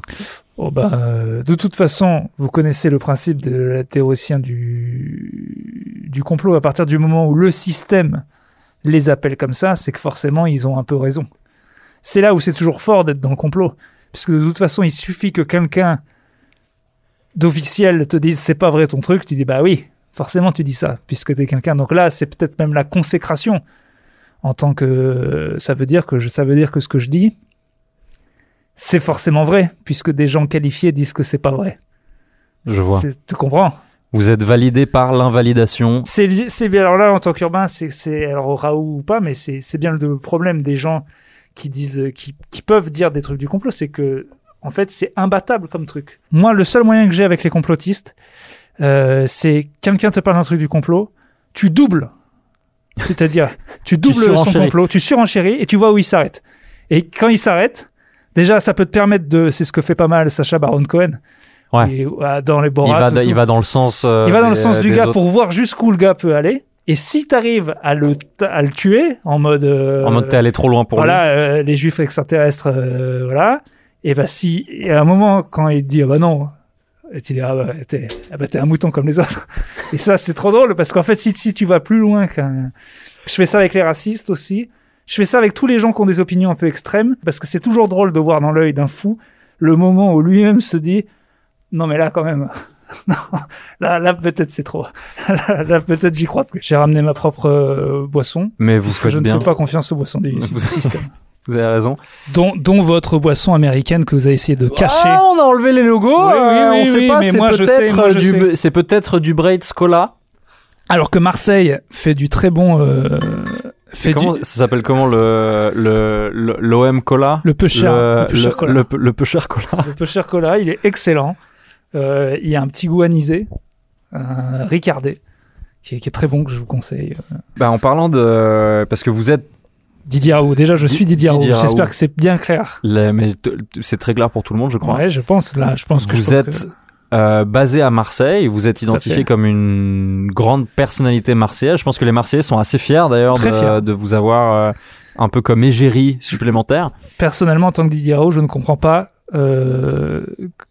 [SPEAKER 4] oh bah, euh, de toute façon, vous connaissez le principe de la théoricien du, du complot. À partir du moment où le système les appelle comme ça, c'est que forcément, ils ont un peu raison. C'est là où c'est toujours fort d'être dans le complot. Puisque de toute façon, il suffit que quelqu'un d'officiel te dise c'est pas vrai ton truc, tu dis bah oui, forcément tu dis ça, puisque t'es quelqu'un. Donc là, c'est peut-être même la consécration. En tant que ça veut dire que je, ça veut dire que ce que je dis, c'est forcément vrai, puisque des gens qualifiés disent que c'est pas vrai.
[SPEAKER 2] Je vois.
[SPEAKER 4] C'est- Tu comprends
[SPEAKER 2] Vous êtes validé par l'invalidation.
[SPEAKER 4] C'est li- c'est bien. Alors là, en tant qu'urbain, c'est- c'est alors Raoult ou pas, mais c'est c'est bien le problème des gens qui disent, euh, qui, qui peuvent dire des trucs du complot, c'est que en fait, c'est imbattable comme truc. Moi, le seul moyen que j'ai avec les complotistes, euh, c'est quelqu'un te parle d'un truc du complot, tu doubles, c'est-à-dire tu doubles son
[SPEAKER 2] surenchéris.
[SPEAKER 4] complot, tu surenchéris et tu vois où il s'arrête. Et quand il s'arrête, déjà, ça peut te permettre de, c'est ce que fait pas mal Sacha Baron Cohen,
[SPEAKER 2] Ouais.
[SPEAKER 4] Et, euh, dans les
[SPEAKER 2] il,
[SPEAKER 4] Borat,
[SPEAKER 2] va,
[SPEAKER 4] tout,
[SPEAKER 2] da-
[SPEAKER 4] tout.
[SPEAKER 2] il va dans le sens. euh,
[SPEAKER 4] Il va dans le
[SPEAKER 2] des-
[SPEAKER 4] sens du
[SPEAKER 2] des
[SPEAKER 4] gars
[SPEAKER 2] autres.
[SPEAKER 4] pour voir jusqu'où le gars peut aller. Et si t'arrives à le ta- à le tuer en mode euh,
[SPEAKER 2] En mode, t'es allé trop loin pour
[SPEAKER 4] voilà euh, les juifs extraterrestres euh, voilà et ben si et à un moment quand il dit ah bah non et tu dis ah bah t'es ah bah, t'es un mouton comme les autres et ça c'est trop drôle parce qu'en fait si si tu vas plus loin qu'un je fais ça avec les racistes aussi je fais ça avec tous les gens qui ont des opinions un peu extrêmes parce que c'est toujours drôle de voir dans l'œil d'un fou le moment où lui-même se dit non mais là quand même non, là, là peut-être c'est trop. Là, là, peut-être j'y crois plus. J'ai ramené ma propre euh, boisson.
[SPEAKER 2] lui. Mais vous
[SPEAKER 4] Parce que
[SPEAKER 2] faites
[SPEAKER 4] je ne
[SPEAKER 2] bien.
[SPEAKER 4] fais pas confiance aux boissons du
[SPEAKER 2] Vous-
[SPEAKER 4] système.
[SPEAKER 2] Vous avez raison.
[SPEAKER 4] dont, dont votre boisson américaine que vous avez essayé de cacher.
[SPEAKER 2] Ah, on a enlevé les logos.
[SPEAKER 4] Oui, oui,
[SPEAKER 2] euh,
[SPEAKER 4] oui,
[SPEAKER 2] on sait
[SPEAKER 4] oui,
[SPEAKER 2] pas.
[SPEAKER 4] mais
[SPEAKER 2] C'est
[SPEAKER 4] moi, je sais, moi,
[SPEAKER 2] peut-être
[SPEAKER 4] je
[SPEAKER 2] du,
[SPEAKER 4] sais.
[SPEAKER 2] b- c'est peut-être du Braid Scola.
[SPEAKER 4] Alors que Marseille fait du très bon... euh, fait
[SPEAKER 2] C'est comment
[SPEAKER 4] du-
[SPEAKER 2] ça s'appelle comment le le le- l'OM Cola.
[SPEAKER 4] le peu cher. Le, peu cher cola.
[SPEAKER 2] le, le peu cher cola.
[SPEAKER 4] C'est le peu cher cola, il est excellent. Euh, il y a un petit goût anisé, euh, ricardé, qui est, qui est très bon, que je vous conseille.
[SPEAKER 2] Ben,
[SPEAKER 5] Bah, en parlant de. Parce que vous êtes.
[SPEAKER 4] Didier Raoult, déjà je suis Didier Raoult,
[SPEAKER 2] Didier Raoult.
[SPEAKER 4] j'espère que c'est bien clair.
[SPEAKER 2] la- mais t- t- c'est très clair pour tout le monde, je crois.
[SPEAKER 4] Ouais, je pense, là, je pense que je
[SPEAKER 2] vous
[SPEAKER 4] pense
[SPEAKER 2] êtes
[SPEAKER 4] que-
[SPEAKER 2] euh, basé à Marseille, vous êtes identifié
[SPEAKER 4] fait.
[SPEAKER 2] comme une grande personnalité marseillaise. Je pense que les Marseillais sont assez fiers d'ailleurs
[SPEAKER 4] Très
[SPEAKER 2] de,
[SPEAKER 4] fiers.
[SPEAKER 2] de vous avoir euh, un peu comme égérie supplémentaire.
[SPEAKER 4] Personnellement, en tant que Didier Raoult, je ne comprends pas euh,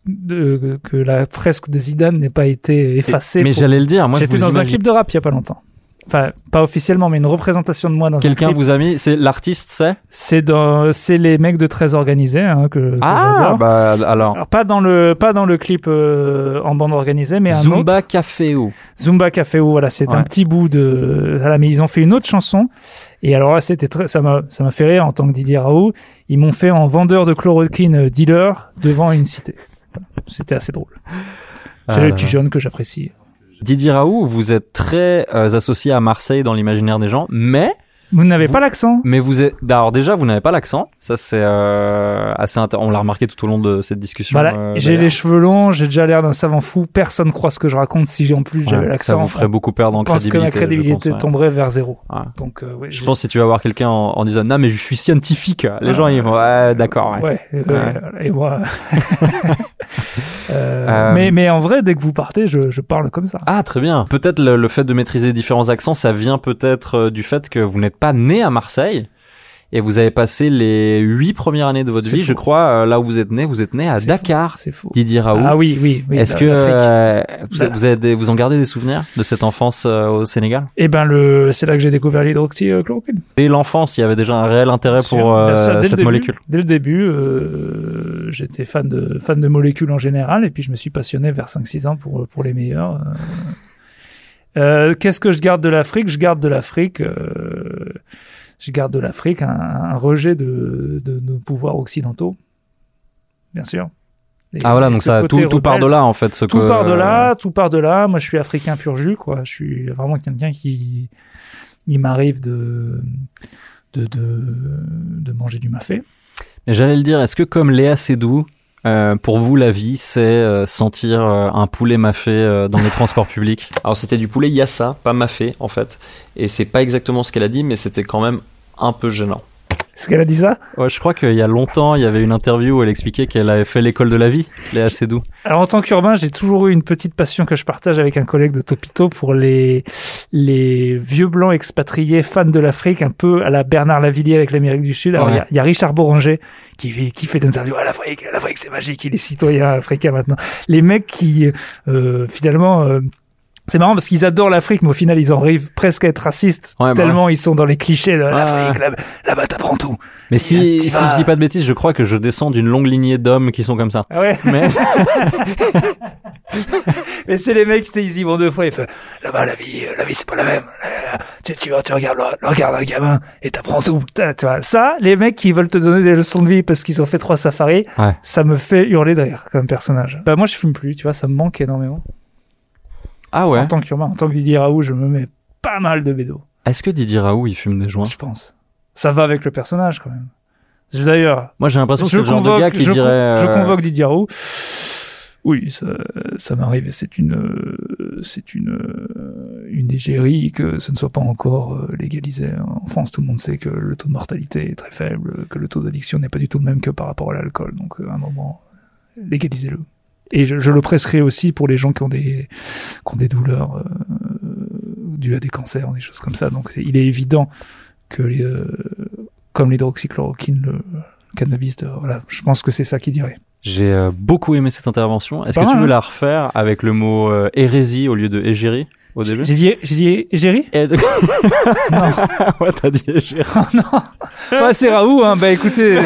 [SPEAKER 4] de- que la fresque de Zidane n'ait pas été effacée.
[SPEAKER 2] Mais
[SPEAKER 4] pour-
[SPEAKER 2] j'allais le dire, moi je
[SPEAKER 4] J'étais
[SPEAKER 2] vous
[SPEAKER 4] dans un
[SPEAKER 2] imagine-
[SPEAKER 4] clip de rap il y a pas longtemps. Enfin, pas officiellement, mais une représentation de moi dans un
[SPEAKER 2] Quelqu'un
[SPEAKER 4] clip.
[SPEAKER 2] vous a mis, c'est l'artiste, c'est
[SPEAKER 4] C'est dans, c'est les mecs de très organisés hein, que. que j'adore.
[SPEAKER 2] bah alors.
[SPEAKER 4] Alors, pas dans le pas dans le clip euh, en bande organisée, mais un autre.
[SPEAKER 2] Zumba Caféo.
[SPEAKER 4] Zumba Café où voilà c'est
[SPEAKER 2] Ouais.
[SPEAKER 4] un petit bout de voilà mais ils ont fait une autre chanson et alors là c'était très ça m'a ça m'a fait rire en tant que Didier Raoult ils m'ont fait en vendeur de chloroquine euh, dealer devant une cité Voilà. c'était assez drôle c'est
[SPEAKER 2] Euh,
[SPEAKER 4] le petit jeune que j'apprécie
[SPEAKER 2] Didier Raoult, vous êtes très euh, associé à Marseille dans l'imaginaire des gens, mais
[SPEAKER 4] vous n'avez
[SPEAKER 2] vous-
[SPEAKER 4] pas l'accent
[SPEAKER 2] Mais vous êtes. bah, Alors déjà, vous n'avez pas l'accent. Ça, c'est euh, assez. inter- On l'a remarqué tout au long de cette discussion.
[SPEAKER 4] voilà
[SPEAKER 2] euh,
[SPEAKER 4] Bah j'ai
[SPEAKER 2] d'ailleurs.
[SPEAKER 4] les cheveux longs j'ai déjà l'air d'un savant fou personne croit ce que je raconte si j'ai en plus j'avais
[SPEAKER 2] Ouais, Ça
[SPEAKER 4] l'accent
[SPEAKER 2] vous ferait
[SPEAKER 4] je
[SPEAKER 2] beaucoup perdre en
[SPEAKER 4] pense que
[SPEAKER 2] crédibilité.
[SPEAKER 4] ma crédibilité
[SPEAKER 2] je pense, ouais.
[SPEAKER 4] tomberait vers zéro
[SPEAKER 2] Ouais.
[SPEAKER 4] donc euh, ouais,
[SPEAKER 2] Je
[SPEAKER 4] j'ai-
[SPEAKER 2] pense que si tu vas voir quelqu'un en, en disant non mais je suis scientifique, les
[SPEAKER 4] Ah,
[SPEAKER 2] gens ils vont ouais d'accord. ouais.
[SPEAKER 4] Ouais, euh,
[SPEAKER 2] Ouais.
[SPEAKER 4] voilà, et moi. Euh,
[SPEAKER 2] Euh,
[SPEAKER 4] mais, mais en vrai, dès que vous partez, je, je parle comme ça.
[SPEAKER 2] Ah très bien. Peut-être le, le fait de maîtriser différents accents, ça vient peut-être euh, du fait que vous n'êtes pas né à Marseille et vous avez passé les huit premières années de votre
[SPEAKER 4] C'est
[SPEAKER 2] vie,
[SPEAKER 4] faux.
[SPEAKER 2] je crois, euh, là où vous êtes né. Vous êtes né à
[SPEAKER 4] C'est
[SPEAKER 2] Dakar,
[SPEAKER 4] C'est faux.
[SPEAKER 2] Didier Raoult.
[SPEAKER 4] Ah oui, oui, oui.
[SPEAKER 2] Est-ce
[SPEAKER 4] la-
[SPEAKER 2] que
[SPEAKER 4] l'Afrique. Bah.
[SPEAKER 2] euh, vous,
[SPEAKER 4] Voilà.
[SPEAKER 2] vous avez des- vous en gardez des souvenirs de cette enfance euh, au Sénégal
[SPEAKER 4] Eh ben, le, c'est là que j'ai découvert l'hydroxychloroquine.
[SPEAKER 2] Dès l'enfance, il y avait déjà un réel intérêt pour euh,
[SPEAKER 4] Bien sûr, dès le
[SPEAKER 2] cette
[SPEAKER 4] début-
[SPEAKER 2] molécule.
[SPEAKER 4] Dès le début, euh, j'étais fan de, fan de molécules en général, et puis je me suis passionné vers 5-6 ans pour, pour les meilleurs. euh. Euh, Qu'est-ce que je garde de l'Afrique Je garde de l'Afrique, euh, je garde de l'Afrique un, un rejet de, de nos pouvoirs occidentaux, bien sûr. Et-
[SPEAKER 2] Ah voilà,
[SPEAKER 4] et
[SPEAKER 2] donc
[SPEAKER 4] ce
[SPEAKER 2] ça
[SPEAKER 4] côté
[SPEAKER 2] tout, tout part
[SPEAKER 4] rebelle-
[SPEAKER 2] de là en fait. Ce
[SPEAKER 4] tout
[SPEAKER 2] que-
[SPEAKER 4] part de là, tout part de là. Moi, je suis africain pur jus, quoi. Je suis vraiment quelqu'un qui, il m'arrive de, de, de, de manger du mafé.
[SPEAKER 2] Mais J'allais le dire. Est-ce que comme Léa Seydoux, euh, pour vous la vie, c'est euh, sentir euh, un poulet mafé euh, dans les transports publics
[SPEAKER 6] Alors c'était du poulet yassa, pas mafé en fait. Et c'est pas exactement ce qu'elle a dit, mais c'était quand même un peu gênant.
[SPEAKER 4] Est-ce qu'elle a dit ça?
[SPEAKER 2] Ouais, je crois qu'il y a longtemps, il y avait une interview où elle expliquait qu'elle avait fait l'école de la vie, Léa Seydoux.
[SPEAKER 4] Alors, en tant qu'urbain, j'ai toujours eu une petite passion que je partage avec un collègue de Topito pour les, les vieux blancs expatriés fans de l'Afrique, un peu à la Bernard Lavillier avec l'Amérique du Sud. Alors, il
[SPEAKER 2] Ouais.
[SPEAKER 4] y a- il y, a Richard Boranger qui, fait- qui fait des interviews à l'Afrique, l'Afrique c'est magique, il est citoyen africain maintenant. Les mecs qui, euh, finalement, euh, c'est marrant parce qu'ils adorent l'Afrique, mais au final, ils en arrivent presque à être racistes,
[SPEAKER 2] Ouais, bah
[SPEAKER 4] tellement ils sont dans les clichés de
[SPEAKER 2] ouais.
[SPEAKER 4] l'Afrique, là- là-bas t'apprends tout.
[SPEAKER 2] Mais
[SPEAKER 4] Et
[SPEAKER 2] si,
[SPEAKER 4] tu
[SPEAKER 2] si
[SPEAKER 4] vas-
[SPEAKER 2] je dis pas de bêtises, je crois que je descends d'une longue lignée d'hommes qui sont comme ça.
[SPEAKER 4] Ah ouais?
[SPEAKER 2] Mais
[SPEAKER 4] Mais c'est les mecs, tu sais, ils y vont deux fois. Ils font, là-bas, la vie, euh, la vie, c'est pas la même. Euh, Tu, tu, vas- tu regardes, le, le regard d'un gamin et t'apprends tout. Putain, Tu vois, ça, les mecs qui veulent te donner des leçons de vie parce qu'ils ont fait trois safaris,
[SPEAKER 2] Ouais.
[SPEAKER 4] ça me fait hurler de rire comme personnage. Bah, moi, je fume plus, tu vois, ça me manque énormément.
[SPEAKER 2] ah ouais.
[SPEAKER 4] En tant qu'urbain, en tant que Didier Raoult, je me mets pas mal de bédo,
[SPEAKER 2] Est-ce que Didier Raoult il fume des joints
[SPEAKER 4] je pense. Ça va avec le personnage, quand même. Je- D'ailleurs,
[SPEAKER 2] Moi, j'ai l'impression que c'est
[SPEAKER 4] je
[SPEAKER 2] le genre de
[SPEAKER 4] convoque,
[SPEAKER 2] gars qui
[SPEAKER 4] je, con-
[SPEAKER 2] dirait.
[SPEAKER 4] je
[SPEAKER 2] euh,
[SPEAKER 4] convoque Didier Raoult. Oui, ça, ça m'arrive et c'est une, euh, c'est une, euh, une égérie que ce ne soit pas encore euh, légalisé. En France, tout le monde sait que le taux de mortalité est très faible, que le taux d'addiction n'est pas du tout le même que par rapport à l'alcool. Donc, euh, à un moment, légalisez-le. Et je, je le prescris aussi pour les gens qui ont des, qui ont des douleurs euh, dues à des cancers, des choses comme ça. Donc, c'est- il est évident que, les, euh, comme l'hydroxychloroquine, le, cannabis. de- voilà, je pense que c'est ça qu'il dirait.
[SPEAKER 2] J'ai euh, beaucoup aimé cette intervention. Est-ce
[SPEAKER 4] pas
[SPEAKER 2] que tu
[SPEAKER 4] mal,
[SPEAKER 2] veux
[SPEAKER 4] hein.
[SPEAKER 2] la refaire avec le mot euh, hérésie au lieu de égérie au début
[SPEAKER 4] J'ai dit, j'ai dit Géry
[SPEAKER 2] Et-
[SPEAKER 4] Non.
[SPEAKER 2] ouais, t'as dit égérie.
[SPEAKER 4] Ah, c'est Raoult, hein. Bah écoutez,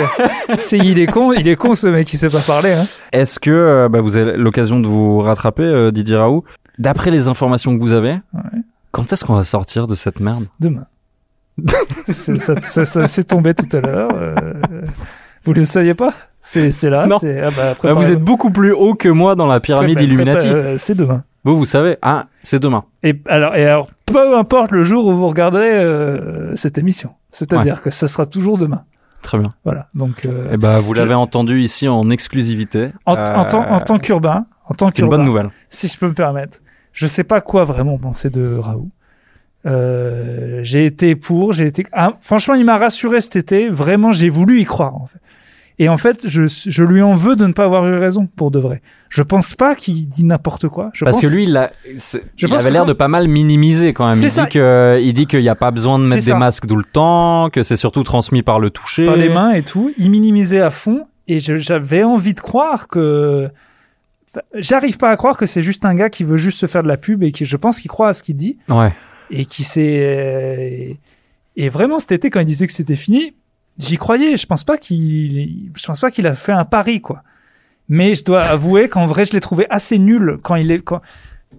[SPEAKER 4] c'est, il est con, il est con ce mec, il sait pas parler, hein.
[SPEAKER 2] Est-ce que euh, bah, vous avez l'occasion de vous rattraper, euh, Didier Raoult D'après les informations que vous avez,
[SPEAKER 4] Ouais.
[SPEAKER 2] quand est-ce qu'on va sortir de cette merde
[SPEAKER 4] Demain. c'est, ça, ça- ça s'est tombé tout à l'heure. euh, vous le saviez pas C'est, c'est là.
[SPEAKER 2] Non.
[SPEAKER 4] C'est, ah bah,
[SPEAKER 2] Bah,
[SPEAKER 4] préparez-
[SPEAKER 2] Vous êtes beaucoup plus haut que moi dans la
[SPEAKER 4] prépa-
[SPEAKER 2] pyramide
[SPEAKER 4] prépa-
[SPEAKER 2] Illuminati.
[SPEAKER 4] euh, c'est demain.
[SPEAKER 2] Vous, vous savez. Ah, c'est demain.
[SPEAKER 4] Et alors, et alors, peu importe le jour où vous regarderez euh, cette émission. C'est-à-dire que ça sera toujours demain.
[SPEAKER 2] Très bien.
[SPEAKER 4] Voilà. Donc, euh,
[SPEAKER 2] Eh ben, vous
[SPEAKER 4] je-
[SPEAKER 2] l'avez entendu ici en exclusivité.
[SPEAKER 4] en, en
[SPEAKER 2] Euh,
[SPEAKER 4] tant, en tant qu'urbain, en tant
[SPEAKER 2] c'est une
[SPEAKER 4] qu'urbain,
[SPEAKER 2] bonne nouvelle.
[SPEAKER 4] si je peux me permettre, je sais pas quoi vraiment penser de Raoult. Euh, j'ai été pour, j'ai été. Ah, franchement, il m'a rassuré cet été. Vraiment, j'ai voulu y croire. En fait. Et en fait, je, je lui en veux de ne pas avoir eu raison pour de vrai. Je pense pas qu'il dit n'importe quoi. Je
[SPEAKER 2] Parce
[SPEAKER 4] pense
[SPEAKER 2] que lui, il, a, c'est-
[SPEAKER 4] Je
[SPEAKER 2] il
[SPEAKER 4] pense
[SPEAKER 2] avait
[SPEAKER 4] que
[SPEAKER 2] l'air
[SPEAKER 4] quand-
[SPEAKER 2] de pas mal minimiser quand même.
[SPEAKER 4] C'est
[SPEAKER 2] Il
[SPEAKER 4] ça.
[SPEAKER 2] dit, que, il dit qu'il n'y a pas besoin de
[SPEAKER 4] C'est
[SPEAKER 2] mettre des
[SPEAKER 4] ça.
[SPEAKER 2] masques tout le temps, que c'est surtout transmis par le toucher.
[SPEAKER 4] par les mains et tout, il minimisait à fond et je- j'avais envie de croire que Enfin, j'arrive pas à croire que c'est juste un gars qui veut juste se faire de la pub et qui je pense qu'il croit à ce qu'il dit
[SPEAKER 2] Ouais.
[SPEAKER 4] et qui s'est euh, et vraiment cet été quand il disait que c'était fini, j'y croyais, je pense pas qu'il je pense pas qu'il a fait un pari quoi. Mais je dois avouer qu'en vrai je l'ai trouvé assez nul quand il est quand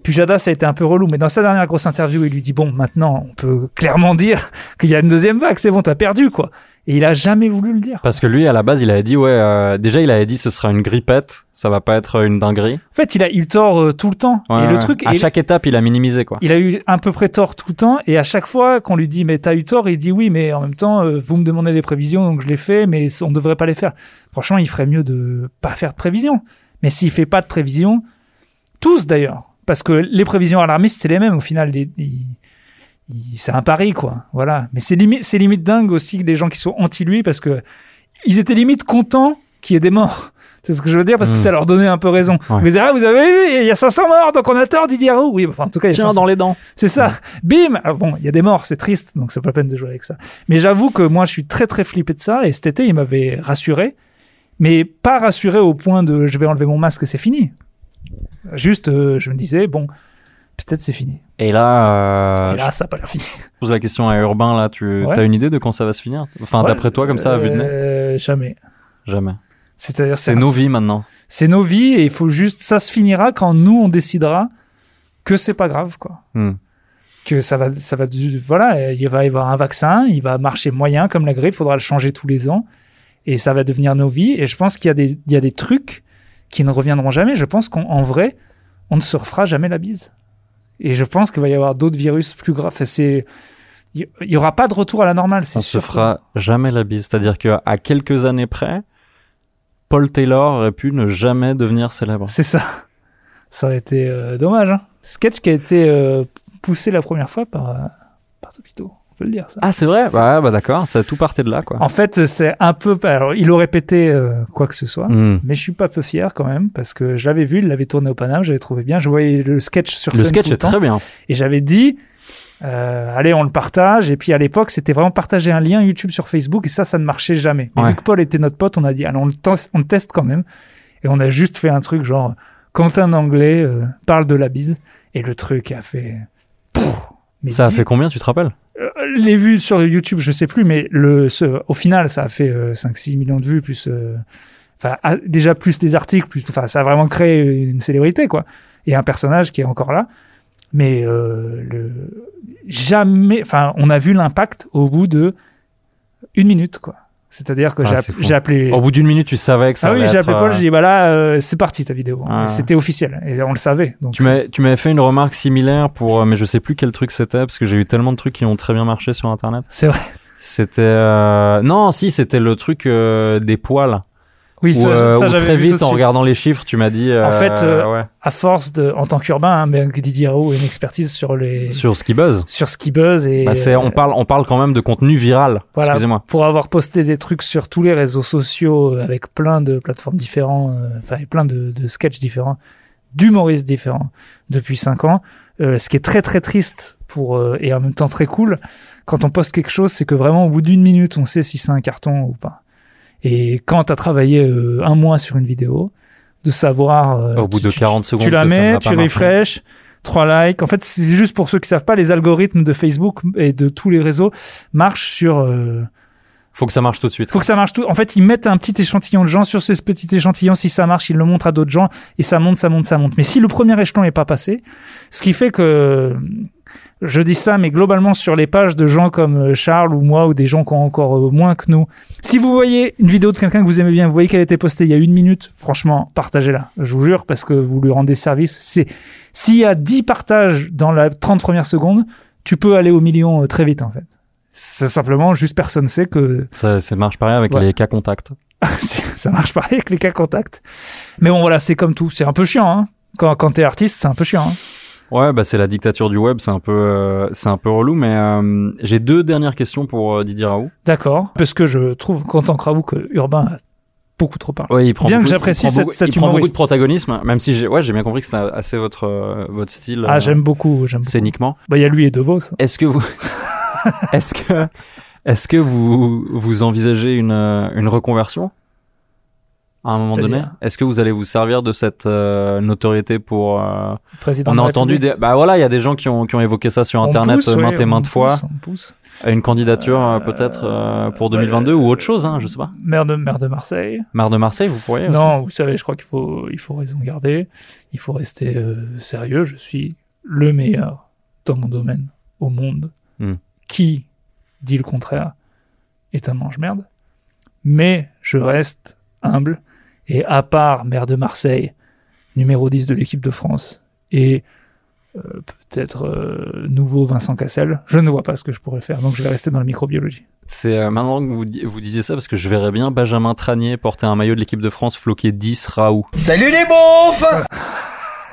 [SPEAKER 4] Pujada, ça a été un peu relou, mais dans sa dernière grosse interview, il lui dit, bon, maintenant, on peut clairement dire qu'il y a une deuxième vague, c'est bon, t'as perdu, quoi. Et il a jamais voulu le dire.
[SPEAKER 2] Parce que lui, à la base, il avait dit, ouais, euh, déjà, il avait dit ce sera une grippette, ça va pas être une dinguerie.
[SPEAKER 4] En fait, il a eu tort euh, tout le temps.
[SPEAKER 2] Ouais,
[SPEAKER 4] et
[SPEAKER 2] ouais.
[SPEAKER 4] le truc,
[SPEAKER 2] à
[SPEAKER 4] et-
[SPEAKER 2] chaque étape, il a minimisé, quoi.
[SPEAKER 4] il a eu à peu près tort tout le temps. Et à chaque fois qu'on lui dit, mais t'as eu tort, il dit oui, mais en même temps, euh, vous me demandez des prévisions, donc je les fais, mais on ne devrait pas les faire. Franchement, il ferait mieux de pas faire de prévisions. Mais s'il fait pas de prévisions, tous d'ailleurs, parce que les prévisions alarmistes, c'est les mêmes au final. les- ils- ils- c'est un pari, quoi. Voilà. Mais c'est limite, c'est limite dingue aussi les gens qui sont anti lui, parce que ils étaient limite contents qu'il y ait des morts. C'est ce que je veux dire, parce que
[SPEAKER 2] Mm.
[SPEAKER 4] ça leur donnait un peu raison.
[SPEAKER 2] Ouais.
[SPEAKER 4] Mais ah, vous avez vu, il y a 500 morts, donc on a tort, Didier Raoult. Oui, enfin, en tout cas, il y a 500
[SPEAKER 2] les dents.
[SPEAKER 4] c'est ça. Bim Ah Bon, il y a des morts, c'est triste, donc c'est pas la peine de jouer avec ça. Mais j'avoue que moi, je suis très très flippé de ça, et cet été, il m'avait rassuré, mais pas rassuré au point de je vais enlever mon masque et c'est fini. Juste, euh, je me disais, bon, peut-être c'est fini.
[SPEAKER 2] Et là, euh,
[SPEAKER 4] et là, ça a pas l'air fini.
[SPEAKER 2] je pose la question à Urbain, là, tu
[SPEAKER 4] Ouais.
[SPEAKER 2] as une idée de quand ça va se finir Enfin,
[SPEAKER 4] Ouais,
[SPEAKER 2] d'après toi, comme ça, à vue de nez
[SPEAKER 4] Euh, Jamais.
[SPEAKER 2] Jamais.
[SPEAKER 4] C'est-à-dire,
[SPEAKER 2] C'est nos vies maintenant.
[SPEAKER 4] C'est nos vies, et il faut juste, ça se finira quand nous, on décidera que c'est pas grave, quoi.
[SPEAKER 2] Hmm.
[SPEAKER 4] que ça va, ça va, du- voilà, euh, il va y avoir un vaccin, il va marcher moyen comme la grippe, il faudra le changer tous les ans, et ça va devenir nos vies. Et je pense qu'il y a des, il y a des trucs qui ne reviendront jamais. Je pense qu'en en vrai, on ne se refera jamais la bise. Et je pense qu'il va y avoir d'autres virus plus graves. Enfin, c'est, il il y aura pas de retour à la normale. C'est
[SPEAKER 2] On se
[SPEAKER 4] sûr.
[SPEAKER 2] fera jamais la bise. C'est-à-dire que à quelques années près, Paul Taylor aurait pu ne jamais devenir célèbre.
[SPEAKER 4] C'est ça. Ça aurait été euh, dommage. hein. Sketch qui a été euh, poussé la première fois par, euh, par Topito. On peut le dire ça.
[SPEAKER 2] Ah, c'est vrai Bah, bah d'accord, ça tout partait de là, quoi.
[SPEAKER 4] En fait, c'est un peu. Alors, il aurait pété euh, quoi que ce soit.
[SPEAKER 2] Hmm.
[SPEAKER 4] Mais je suis pas peu fier quand même parce que je l'avais vu, il l'avait tourné au Paname, j'avais trouvé bien. Je voyais le sketch sur
[SPEAKER 2] Le
[SPEAKER 4] scène
[SPEAKER 2] sketch
[SPEAKER 4] tout le
[SPEAKER 2] est
[SPEAKER 4] temps,
[SPEAKER 2] très bien.
[SPEAKER 4] et j'avais dit euh, allez on le partage. Et puis à l'époque c'était vraiment partager un lien YouTube sur Facebook et ça ça ne marchait jamais. Mais
[SPEAKER 2] Ouais.
[SPEAKER 4] vu que Paul était notre pote, on a dit allons on le, teste- on le teste quand même et on a juste fait un truc genre quand un anglais euh, parle de la bise et le truc a fait. Pouf mais
[SPEAKER 2] Ça a
[SPEAKER 4] dix-
[SPEAKER 2] fait combien, tu te rappelles
[SPEAKER 4] euh, les vues sur YouTube, je sais plus, mais le, ce- au final, ça a fait euh, 5-6 millions de vues, plus, euh, enfin, a- déjà plus des articles, plus, enfin, ça a vraiment créé une célébrité, quoi. Et un personnage qui est encore là. Mais, euh, le, jamais, enfin, on a vu l'impact au bout de une minute, quoi. C'est-à-dire que
[SPEAKER 2] Ah,
[SPEAKER 4] j'ai
[SPEAKER 2] c'est
[SPEAKER 4] app-
[SPEAKER 2] fou.
[SPEAKER 4] j'ai appelé.
[SPEAKER 2] Au bout d'une minute, tu savais que ça
[SPEAKER 4] ah oui,
[SPEAKER 2] allait
[SPEAKER 4] j'ai appelé
[SPEAKER 2] être,
[SPEAKER 4] Paul,
[SPEAKER 2] euh,
[SPEAKER 4] j'ai dit, bah là, euh, c'est parti ta vidéo.
[SPEAKER 2] Ah.
[SPEAKER 4] C'était officiel. Et on le savait. Donc
[SPEAKER 2] Tu m'avais, tu m'avais fait une remarque similaire pour, euh, mais je sais plus quel truc c'était parce que j'ai eu tellement de trucs qui ont très bien marché sur internet.
[SPEAKER 4] c'est vrai.
[SPEAKER 2] C'était, euh, non, si c'était le truc euh, des poils.
[SPEAKER 4] Oui,
[SPEAKER 2] Où,
[SPEAKER 4] ça,
[SPEAKER 2] euh,
[SPEAKER 4] ça,
[SPEAKER 2] où
[SPEAKER 4] j'avais
[SPEAKER 2] très
[SPEAKER 4] vu tout
[SPEAKER 2] vite,
[SPEAKER 4] de
[SPEAKER 2] en
[SPEAKER 4] suite.
[SPEAKER 2] regardant les chiffres, tu m'as dit. euh,
[SPEAKER 4] fait, euh,
[SPEAKER 2] ouais,
[SPEAKER 4] à force de, en tant qu'urbain, hein, mais Didier Raoult a une expertise sur les, sur,
[SPEAKER 2] sur ce qui buzz.
[SPEAKER 4] ce qui buzz et euh,
[SPEAKER 2] Bah, c'est, on parle, on parle quand même de contenu viral.
[SPEAKER 4] Voilà.
[SPEAKER 2] Excusez-moi.
[SPEAKER 4] pour avoir posté des trucs sur tous les réseaux sociaux euh, avec plein de plateformes différentes, euh, enfin et plein de, de sketchs différents, d'humoristes différents depuis cinq ans. Euh, ce qui est très très triste pour euh, et en même temps très cool quand on poste quelque chose, c'est que vraiment au bout d'une minute, on sait si c'est un carton ou pas. Et quand t'as travaillé euh, un mois sur une vidéo, de savoir euh,
[SPEAKER 2] Au bout
[SPEAKER 4] tu-
[SPEAKER 2] de
[SPEAKER 4] tu-
[SPEAKER 2] 40 secondes
[SPEAKER 4] tu la
[SPEAKER 2] que ça
[SPEAKER 4] mets,
[SPEAKER 2] n'a pas
[SPEAKER 4] tu
[SPEAKER 2] marché.
[SPEAKER 4] refresh, trois likes. En fait, c'est juste pour ceux qui savent pas, les algorithmes de Facebook et de tous les réseaux marchent sur. euh,
[SPEAKER 2] Faut que ça marche tout de suite.
[SPEAKER 4] faut que ça marche tout. En fait, ils mettent un petit échantillon de gens sur ce petit échantillon. Si ça marche, ils le montrent à d'autres gens et ça monte, ça monte, ça monte. Mais si le premier échelon n'est pas passé, ce qui fait que je dis ça, mais globalement sur les pages de gens comme euh, Charles ou moi ou des gens qui ont encore euh, moins que nous. Si vous voyez une vidéo de quelqu'un que vous aimez bien, vous voyez qu'elle a été postée il y a une minute, franchement, partagez-la. Je vous jure, parce que vous lui rendez service. C'est, s'il y a 10 partages dans la 30 premières secondes, tu peux aller au million euh, très vite, en fait. C'est simplement juste personne sait que
[SPEAKER 2] Ça, ça marche pareil avec
[SPEAKER 4] Ouais.
[SPEAKER 2] les cas contacts.
[SPEAKER 4] c'est- ça marche pareil avec les cas contacts. Mais bon, voilà, c'est comme tout. C'est un peu chiant, hein. Quand, quand t'es artiste, c'est un peu chiant. hein.
[SPEAKER 2] Ouais, bah c'est la dictature du web, c'est un peu, euh, c'est un peu relou, mais euh, j'ai deux dernières questions pour euh, Didier Raoult.
[SPEAKER 4] D'accord. Parce que je trouve qu'en tant que Raoult, que Urbain a beaucoup trop parlé.
[SPEAKER 2] Ouais, il prend
[SPEAKER 4] Bien
[SPEAKER 2] beaucoup
[SPEAKER 4] que
[SPEAKER 2] de-
[SPEAKER 4] j'apprécie
[SPEAKER 2] il prend
[SPEAKER 4] cette-
[SPEAKER 2] beaucoup-
[SPEAKER 4] cet
[SPEAKER 2] Il prend beaucoup
[SPEAKER 4] humoriste.
[SPEAKER 2] de protagonisme, même si j'ai, ouais, j'ai bien compris que c'était assez votre, euh, votre style.
[SPEAKER 4] Ah,
[SPEAKER 2] euh,
[SPEAKER 4] j'aime beaucoup, j'aime beaucoup.
[SPEAKER 2] Scéniquement.
[SPEAKER 4] Bah, il y a lui et De Vos.
[SPEAKER 2] Est-ce que vous, est-ce que, est-ce que vous, vous envisagez une, euh, une reconversion à un moment donné
[SPEAKER 4] C'est-à-dire
[SPEAKER 2] Est-ce que vous allez vous servir de cette euh, notoriété pour euh,
[SPEAKER 4] président
[SPEAKER 2] On
[SPEAKER 4] de
[SPEAKER 2] a
[SPEAKER 4] la
[SPEAKER 2] entendu,
[SPEAKER 4] République.
[SPEAKER 2] des, bah voilà, il y a des gens qui ont, qui ont évoqué ça sur
[SPEAKER 4] On
[SPEAKER 2] Internet euh,
[SPEAKER 4] pousse, ouais,
[SPEAKER 2] maintes et
[SPEAKER 4] on
[SPEAKER 2] maintes fois.
[SPEAKER 4] pousse, on pousse. bah,
[SPEAKER 2] À Une candidature euh, peut-être euh, pour 2022 ou autre chose, hein, je sais pas.
[SPEAKER 4] Maire de, maire de Marseille.
[SPEAKER 2] Maire de Marseille, vous pourriez. aussi.
[SPEAKER 4] Non, vous savez, je crois qu'il faut, il faut raison garder. Il faut rester euh, sérieux. Je suis le meilleur dans mon domaine au monde.
[SPEAKER 2] Hmm.
[SPEAKER 4] Qui dit le contraire est un mange-merde. Mais je reste humble. Et à part maire de Marseille, numéro 10 de l'équipe de France, et euh, peut-être euh, nouveau Vincent Cassel, je ne vois pas ce que je pourrais faire. Donc je vais rester dans la microbiologie.
[SPEAKER 2] C'est euh, maintenant que vous, di- vous disiez ça parce que je verrais bien Benjamin Tranier porter un maillot de l'équipe de France floqué 10 Raoult.
[SPEAKER 7] Salut les beaufs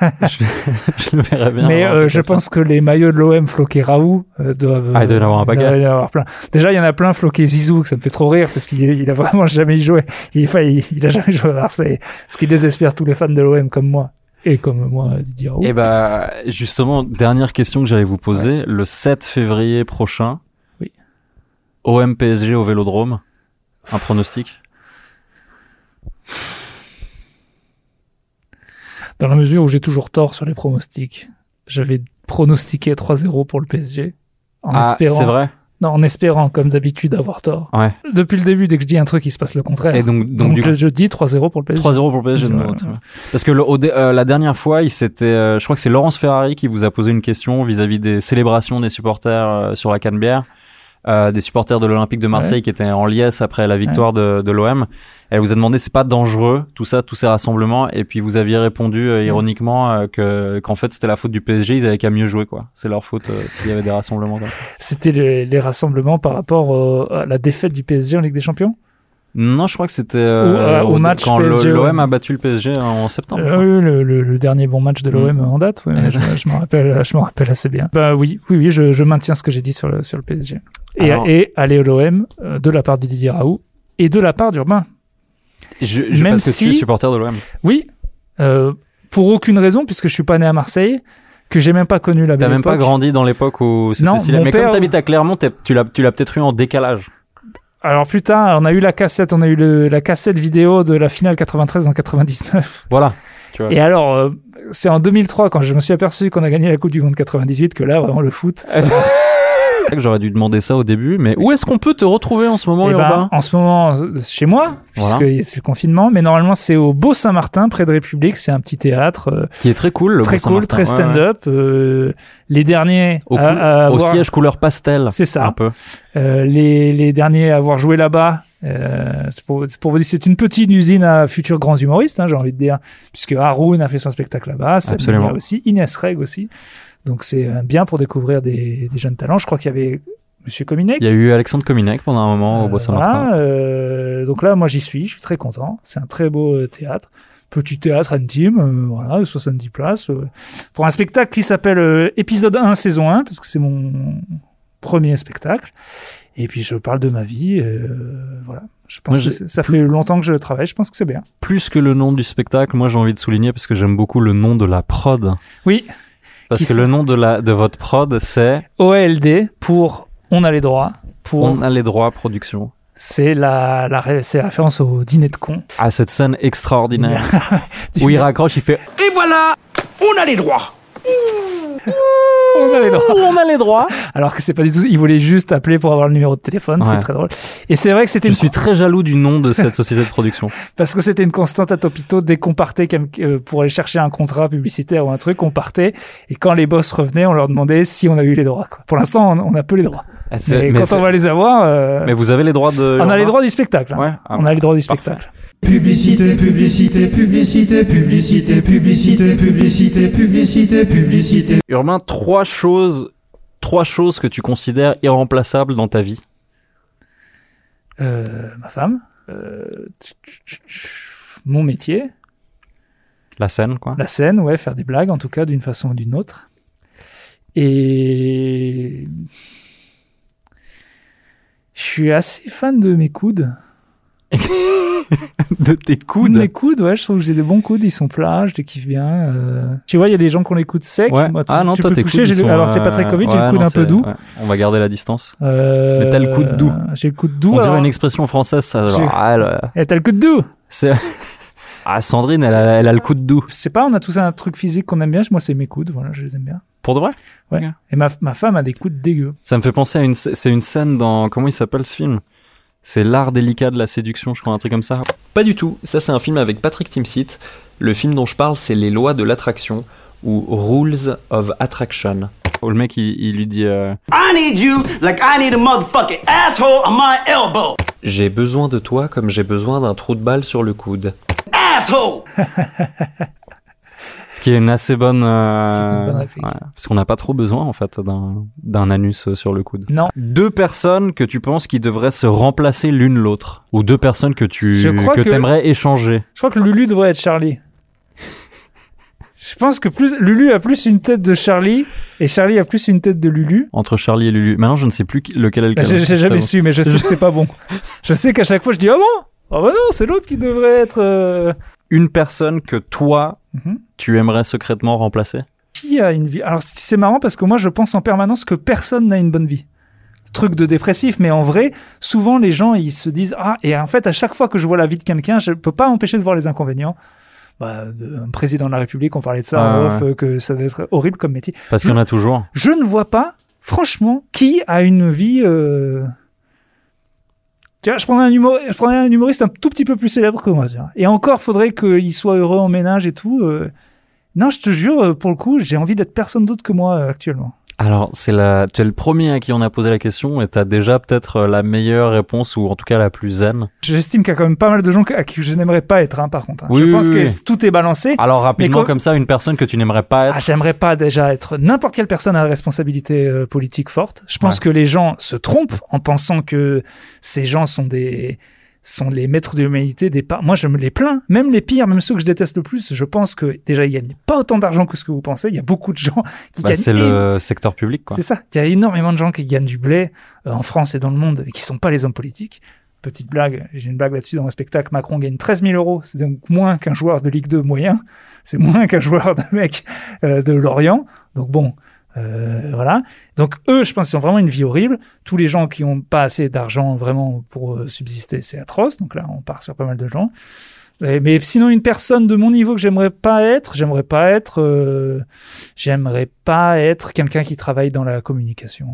[SPEAKER 2] je le verrais bien.
[SPEAKER 4] Mais
[SPEAKER 2] avoir un
[SPEAKER 4] euh,
[SPEAKER 2] truc
[SPEAKER 4] je
[SPEAKER 2] comme ça.
[SPEAKER 4] pense que les maillots de l'OM floqués Raoult euh, doivent.
[SPEAKER 2] Ah, il doit y en avoir un
[SPEAKER 4] euh,
[SPEAKER 2] paquet.
[SPEAKER 4] doit y en avoir plein. Déjà, il y en a plein floqués Zizou, que ça me fait trop rire, parce qu'il il a vraiment jamais joué. Il, enfin, il, il a jamais joué à Marseille. Ce qui désespère tous les fans de l'OM comme moi. Et comme moi, Didier Raoult.
[SPEAKER 2] Et bah justement, dernière question que j'allais vous poser, le 7 février prochain.
[SPEAKER 4] Oui.
[SPEAKER 2] OM PSG au Vélodrome. Un pronostic
[SPEAKER 4] Dans la mesure où j'ai toujours tort sur les pronostics, j'avais pronostiqué 3-0 pour le PSG. En
[SPEAKER 2] Ah,
[SPEAKER 4] espérant.
[SPEAKER 2] c'est vrai.
[SPEAKER 4] Non, en espérant, comme d'habitude, avoir tort.
[SPEAKER 2] Ouais.
[SPEAKER 4] Depuis le début, dès que je dis un truc, il se passe le contraire.
[SPEAKER 2] Et donc, donc,
[SPEAKER 4] donc,
[SPEAKER 2] du coup,
[SPEAKER 4] le- je dis 3-0 pour le PSG.
[SPEAKER 2] 3-0 pour le PSG.
[SPEAKER 4] Ouais.
[SPEAKER 2] non, très bien. Parce que le- au dé- euh, la dernière fois, il s'était, euh, je crois que c'est Laurence Ferrari qui vous a posé une question vis-à-vis des célébrations des supporters euh, sur la Canebière, euh, des supporters de l'Olympique de Marseille qui étaient en liesse après la victoire de, de l'OM. Elle vous a demandé c'est pas dangereux tout ça, tous ces rassemblements, et puis vous aviez répondu euh, ironiquement euh, que qu'en fait c'était la faute du PSG, ils avaient qu'à mieux jouer quoi. C'est leur faute euh, s'il y avait des rassemblements. quoi.
[SPEAKER 4] C'était les, les rassemblements par rapport euh, à la défaite du PSG en Ligue des Champions
[SPEAKER 2] Non, je crois que c'était
[SPEAKER 4] euh, au
[SPEAKER 2] dé-
[SPEAKER 4] match
[SPEAKER 2] quand
[SPEAKER 4] PSG, ouais.
[SPEAKER 2] l'OM a battu le PSG en septembre. je
[SPEAKER 4] Euh,
[SPEAKER 2] crois. Mm.
[SPEAKER 4] Oui, le, le- le dernier bon match de l'OM en date. oui,
[SPEAKER 2] Ouais.
[SPEAKER 4] je je m'en rappelle, je m'en rappelle assez bien. Bah oui, oui, oui, je, je maintiens ce que j'ai dit sur le, sur le PSG. Et,
[SPEAKER 2] Alors-
[SPEAKER 4] et aller au l'OM euh, de la part de Didier Raoult et de la part d'Urbain.
[SPEAKER 2] Je, je
[SPEAKER 4] Même
[SPEAKER 2] parce que je
[SPEAKER 4] si-
[SPEAKER 2] suis supporter de l'OM.
[SPEAKER 4] Oui, euh, pour aucune raison, puisque je suis pas né à Marseille, que j'ai même pas connu la
[SPEAKER 2] T'as
[SPEAKER 4] belle
[SPEAKER 2] même pas
[SPEAKER 4] époque.
[SPEAKER 2] grandi dans l'époque où c'était
[SPEAKER 4] Non,
[SPEAKER 2] si là.
[SPEAKER 4] mon
[SPEAKER 2] Mais
[SPEAKER 4] père-
[SPEAKER 2] comme t'habites à Clermont, t'es- tu l'as, tu l'as peut-être eu en décalage.
[SPEAKER 4] Alors plus tard, on a eu la cassette, on a eu le- la cassette vidéo de la finale 93 en 99.
[SPEAKER 2] Voilà. Tu vois.
[SPEAKER 4] Et alors, euh, c'est en 2003, quand je me suis aperçu qu'on a gagné la Coupe du Monde 98, que là, vraiment, le foot. ça-
[SPEAKER 2] C'est vrai que J'aurais dû demander ça au début, mais où est-ce qu'on peut te retrouver en ce moment,
[SPEAKER 4] Eh ben,
[SPEAKER 2] Urbain
[SPEAKER 4] en ce moment, euh, chez moi,
[SPEAKER 2] Voilà.
[SPEAKER 4] puisque c'est le confinement, mais normalement, c'est au Beau Saint-Martin, près de République. C'est un petit théâtre euh,
[SPEAKER 2] Qui est très cool. Le
[SPEAKER 4] très
[SPEAKER 2] Beau
[SPEAKER 4] cool,
[SPEAKER 2] Saint-Martin.
[SPEAKER 4] très
[SPEAKER 2] Ouais, ouais.
[SPEAKER 4] stand-up. euh, les derniers
[SPEAKER 2] Au, cou-
[SPEAKER 4] à, à
[SPEAKER 2] au
[SPEAKER 4] avoir,
[SPEAKER 2] siège couleur pastel.
[SPEAKER 4] c'est
[SPEAKER 2] Un
[SPEAKER 4] ça,
[SPEAKER 2] peu.
[SPEAKER 4] Euh, les, les derniers à avoir joué là-bas. euh, c'est pour, c'est pour vous dire, c'est une petite usine à futurs grands humoristes, hein, j'ai envie de dire, puisque Haroun a fait son spectacle là-bas, Seb
[SPEAKER 2] Absolument.
[SPEAKER 4] Menia aussi, Inès Reg aussi. Donc c'est euh, bien pour découvrir des, des jeunes talents. Je crois qu'il y avait Monsieur Cominet
[SPEAKER 2] Il y a eu Alexandre Cominec pendant un moment au
[SPEAKER 4] euh,
[SPEAKER 2] Beau Saint-Martin.
[SPEAKER 4] voilà, euh, donc là, moi, j'y suis, je suis très content. C'est un très beau euh, théâtre. Petit théâtre intime, euh, voilà, 70 places. euh, pour un spectacle qui s'appelle euh, Épisode 1, saison 1, parce que c'est mon premier spectacle. Et puis, je parle de ma vie. euh, voilà. Je pense
[SPEAKER 2] Moi,
[SPEAKER 4] que
[SPEAKER 2] j'ai-
[SPEAKER 4] c'est- ça fait longtemps que je travaille, je pense que c'est bien.
[SPEAKER 2] Plus que le nom du spectacle, moi j'ai envie de souligner parce que j'aime beaucoup le nom de la prod.
[SPEAKER 4] Oui,
[SPEAKER 2] Parce
[SPEAKER 4] Qui
[SPEAKER 2] que
[SPEAKER 4] c'est
[SPEAKER 2] le nom de la de votre prod, c'est
[SPEAKER 4] OLD pour On a les droits. Pour
[SPEAKER 2] On a les droits production.
[SPEAKER 4] c'est la, la, ré- c'est la référence au dîner de con.
[SPEAKER 2] À Ah, cette scène extraordinaire où il raccroche, il fait
[SPEAKER 7] Et voilà On a les droits
[SPEAKER 4] on a les droits.
[SPEAKER 2] on a les droits.
[SPEAKER 4] Alors que c'est pas du tout. Ils voulaient juste appeler pour avoir le numéro de téléphone.
[SPEAKER 2] Ouais.
[SPEAKER 4] C'est très drôle. Et c'est vrai que c'était
[SPEAKER 2] Je
[SPEAKER 4] une...
[SPEAKER 2] suis très jaloux du nom de cette société de production.
[SPEAKER 4] parce que c'était une constante à Topito. Dès qu'on partait quel- euh, pour aller chercher un contrat publicitaire ou un truc, on partait. Et quand les boss revenaient, on leur demandait si on a eu les droits. quoi. Pour l'instant, on- on n'a peu les droits.
[SPEAKER 2] Ah, c'est-
[SPEAKER 4] Mais, quand
[SPEAKER 2] c'est-
[SPEAKER 4] on va les avoir, euh,
[SPEAKER 2] mais vous avez les droits de.
[SPEAKER 4] on a les
[SPEAKER 2] Urbain
[SPEAKER 4] droits du spectacle. hein.
[SPEAKER 2] Ouais. ah,
[SPEAKER 4] on a les droits du
[SPEAKER 2] parfait.
[SPEAKER 4] spectacle.
[SPEAKER 8] Publicité, publicité, publicité, publicité, publicité, publicité, publicité, publicité.
[SPEAKER 2] Urbain, trois choses, trois choses que tu considères irremplaçables dans ta vie.
[SPEAKER 4] Euh, ma femme, euh, tch, tch, tch, tch, mon métier,
[SPEAKER 2] La scène, quoi.
[SPEAKER 4] la scène, ouais, faire des blagues en tout cas d'une façon ou d'une autre. Et je suis assez fan de mes coudes.
[SPEAKER 2] de tes coudes.
[SPEAKER 4] De mes coudes, ouais, je trouve que j'ai des bons coudes, ils sont plats, je les kiffe bien. euh. Tu vois, il y a des gens qui ont les coudes secs.
[SPEAKER 2] Ouais.
[SPEAKER 4] Moi, tu,
[SPEAKER 2] ah non,
[SPEAKER 4] tu
[SPEAKER 2] toi
[SPEAKER 4] peux
[SPEAKER 2] tes
[SPEAKER 4] toucher,
[SPEAKER 2] coudes.
[SPEAKER 4] j'ai
[SPEAKER 2] ils
[SPEAKER 4] le-
[SPEAKER 2] sont,
[SPEAKER 4] Alors, c'est
[SPEAKER 2] euh,
[SPEAKER 4] pas très Covid, j'ai
[SPEAKER 2] ouais,
[SPEAKER 4] le coude
[SPEAKER 2] non,
[SPEAKER 4] un peu
[SPEAKER 2] c'est-
[SPEAKER 4] doux.
[SPEAKER 2] ouais. On va garder la distance.
[SPEAKER 4] Euh,
[SPEAKER 2] Mais t'as le coude doux.
[SPEAKER 4] J'ai le coude doux.
[SPEAKER 2] On dirait
[SPEAKER 4] alors-
[SPEAKER 2] une expression française, ça. genre,
[SPEAKER 4] J'ai-
[SPEAKER 2] ah, elle,
[SPEAKER 4] Eh, t'as le coude doux
[SPEAKER 2] c'est- Ah, Sandrine, elle a, elle a le coude doux.
[SPEAKER 4] Je sais pas, on a tous un truc physique qu'on aime bien. Moi, c'est mes coudes, voilà, je les aime bien.
[SPEAKER 2] Pour de vrai
[SPEAKER 4] Ouais. Et ma, ma femme a des coudes dégueux.
[SPEAKER 2] Ça me fait penser à une, sc- c'est une scène dans, comment il s'appelle ce film C'est l'art délicat de la séduction, je crois, un truc comme ça.
[SPEAKER 9] Pas du tout. Ça, c'est un film avec Patrick Timsit. Le film dont je parle, c'est Les lois de l'attraction ou Rules of Attraction.
[SPEAKER 2] Où Oh, le mec, il, il lui dit, euh,
[SPEAKER 10] I need you like I need a motherfucking asshole on my elbow.
[SPEAKER 9] J'ai besoin de toi comme j'ai besoin d'un trou de balle sur le coude.
[SPEAKER 10] Asshole!
[SPEAKER 2] ce qui est une assez bonne, euh,
[SPEAKER 4] C'est une bonne réplique.
[SPEAKER 2] parce qu'on n'a pas trop besoin, en fait, d'un, d'un anus euh, sur le coude.
[SPEAKER 4] Non.
[SPEAKER 2] Deux personnes que tu penses qui devraient se remplacer l'une l'autre. Ou deux personnes que tu,
[SPEAKER 4] Je crois que-
[SPEAKER 2] t'aimerais échanger.
[SPEAKER 4] Je crois que Lulu devrait être Charlie. je pense que plus Lulu a plus une tête de Charlie et Charlie a plus une tête de Lulu.
[SPEAKER 2] Entre Charlie et Lulu. Maintenant, je ne sais plus qui- lequel est
[SPEAKER 4] Bah,
[SPEAKER 2] lequel.
[SPEAKER 4] J'ai j'ai jamais
[SPEAKER 2] Justement.
[SPEAKER 4] su, mais je sais que c'est pas bon. Je sais qu'à chaque fois, je dis ah bon Ah bah non, c'est l'autre qui devrait être. euh.
[SPEAKER 2] Une personne que toi,
[SPEAKER 4] Mhm.
[SPEAKER 2] tu aimerais secrètement remplacer.
[SPEAKER 4] Qui a une vie Alors c'est marrant parce que moi, je pense en permanence que personne n'a une bonne vie. Truc de dépressif, mais en vrai, souvent les gens ils se disent ah et en fait à chaque fois que je vois la vie de quelqu'un, je peux pas m'empêcher de voir les inconvénients. Bah, de- un président de la République, on parlait de ça,
[SPEAKER 2] Ah,
[SPEAKER 4] en off, euh, que ça doit être horrible comme métier.
[SPEAKER 2] Parce qu'il y en a toujours.
[SPEAKER 4] je ne vois pas, franchement, qui a une vie. euh, Tu vois, je prendrais, un humor... je prendrais un humoriste un tout petit peu plus célèbre que moi. tu vois. Et encore, faudrait qu'il soit heureux en ménage et tout. euh. Non, je te jure, euh, pour le coup, j'ai envie d'être personne d'autre que moi euh, actuellement.
[SPEAKER 2] Alors, c'est la, tu es le premier à qui on a posé la question et t'as déjà peut-être euh, la meilleure réponse ou en tout cas la plus zen.
[SPEAKER 4] J'estime qu'il y a quand même pas mal de gens que- à qui je n'aimerais pas être, hein, par contre. hein.
[SPEAKER 2] Oui,
[SPEAKER 4] je
[SPEAKER 2] oui,
[SPEAKER 4] pense
[SPEAKER 2] oui,
[SPEAKER 4] que
[SPEAKER 2] oui.
[SPEAKER 4] tout est balancé.
[SPEAKER 2] Alors, rapidement,
[SPEAKER 4] quoi-
[SPEAKER 2] comme ça, une personne que tu n'aimerais pas être.
[SPEAKER 4] Ah, j'aimerais pas déjà être n'importe quelle personne à responsabilité euh, politique forte. Je pense
[SPEAKER 2] Ouais.
[SPEAKER 4] que les gens se trompent en pensant que ces gens sont des sont les maîtres de l'humanité des pas. Moi, je me les plains. Même les pires, même ceux que je déteste le plus, je pense que déjà ils gagnent pas autant d'argent que ce que vous pensez. Il y a beaucoup de gens qui
[SPEAKER 2] Bah,
[SPEAKER 4] gagnent.
[SPEAKER 2] c'est
[SPEAKER 4] éno-
[SPEAKER 2] le secteur public, quoi.
[SPEAKER 4] C'est ça. Il y a énormément de gens qui gagnent du blé euh, en France et dans le monde et qui sont pas les hommes politiques. Petite blague, j'ai une blague là-dessus dans un spectacle. Macron gagne 13 000 euros, c'est donc moins qu'un joueur de Ligue 2 moyen, c'est moins qu'un joueur de mec euh, de Lorient. Donc bon, euh, voilà. Donc eux, je pense qu'ils ont vraiment une vie horrible. Tous les gens qui ont pas assez d'argent vraiment pour euh, subsister, c'est atroce. Donc là, on part sur pas mal de gens. Euh, Mais sinon, une personne de mon niveau que j'aimerais pas être, j'aimerais pas être, euh, j'aimerais pas être quelqu'un qui travaille dans la communication.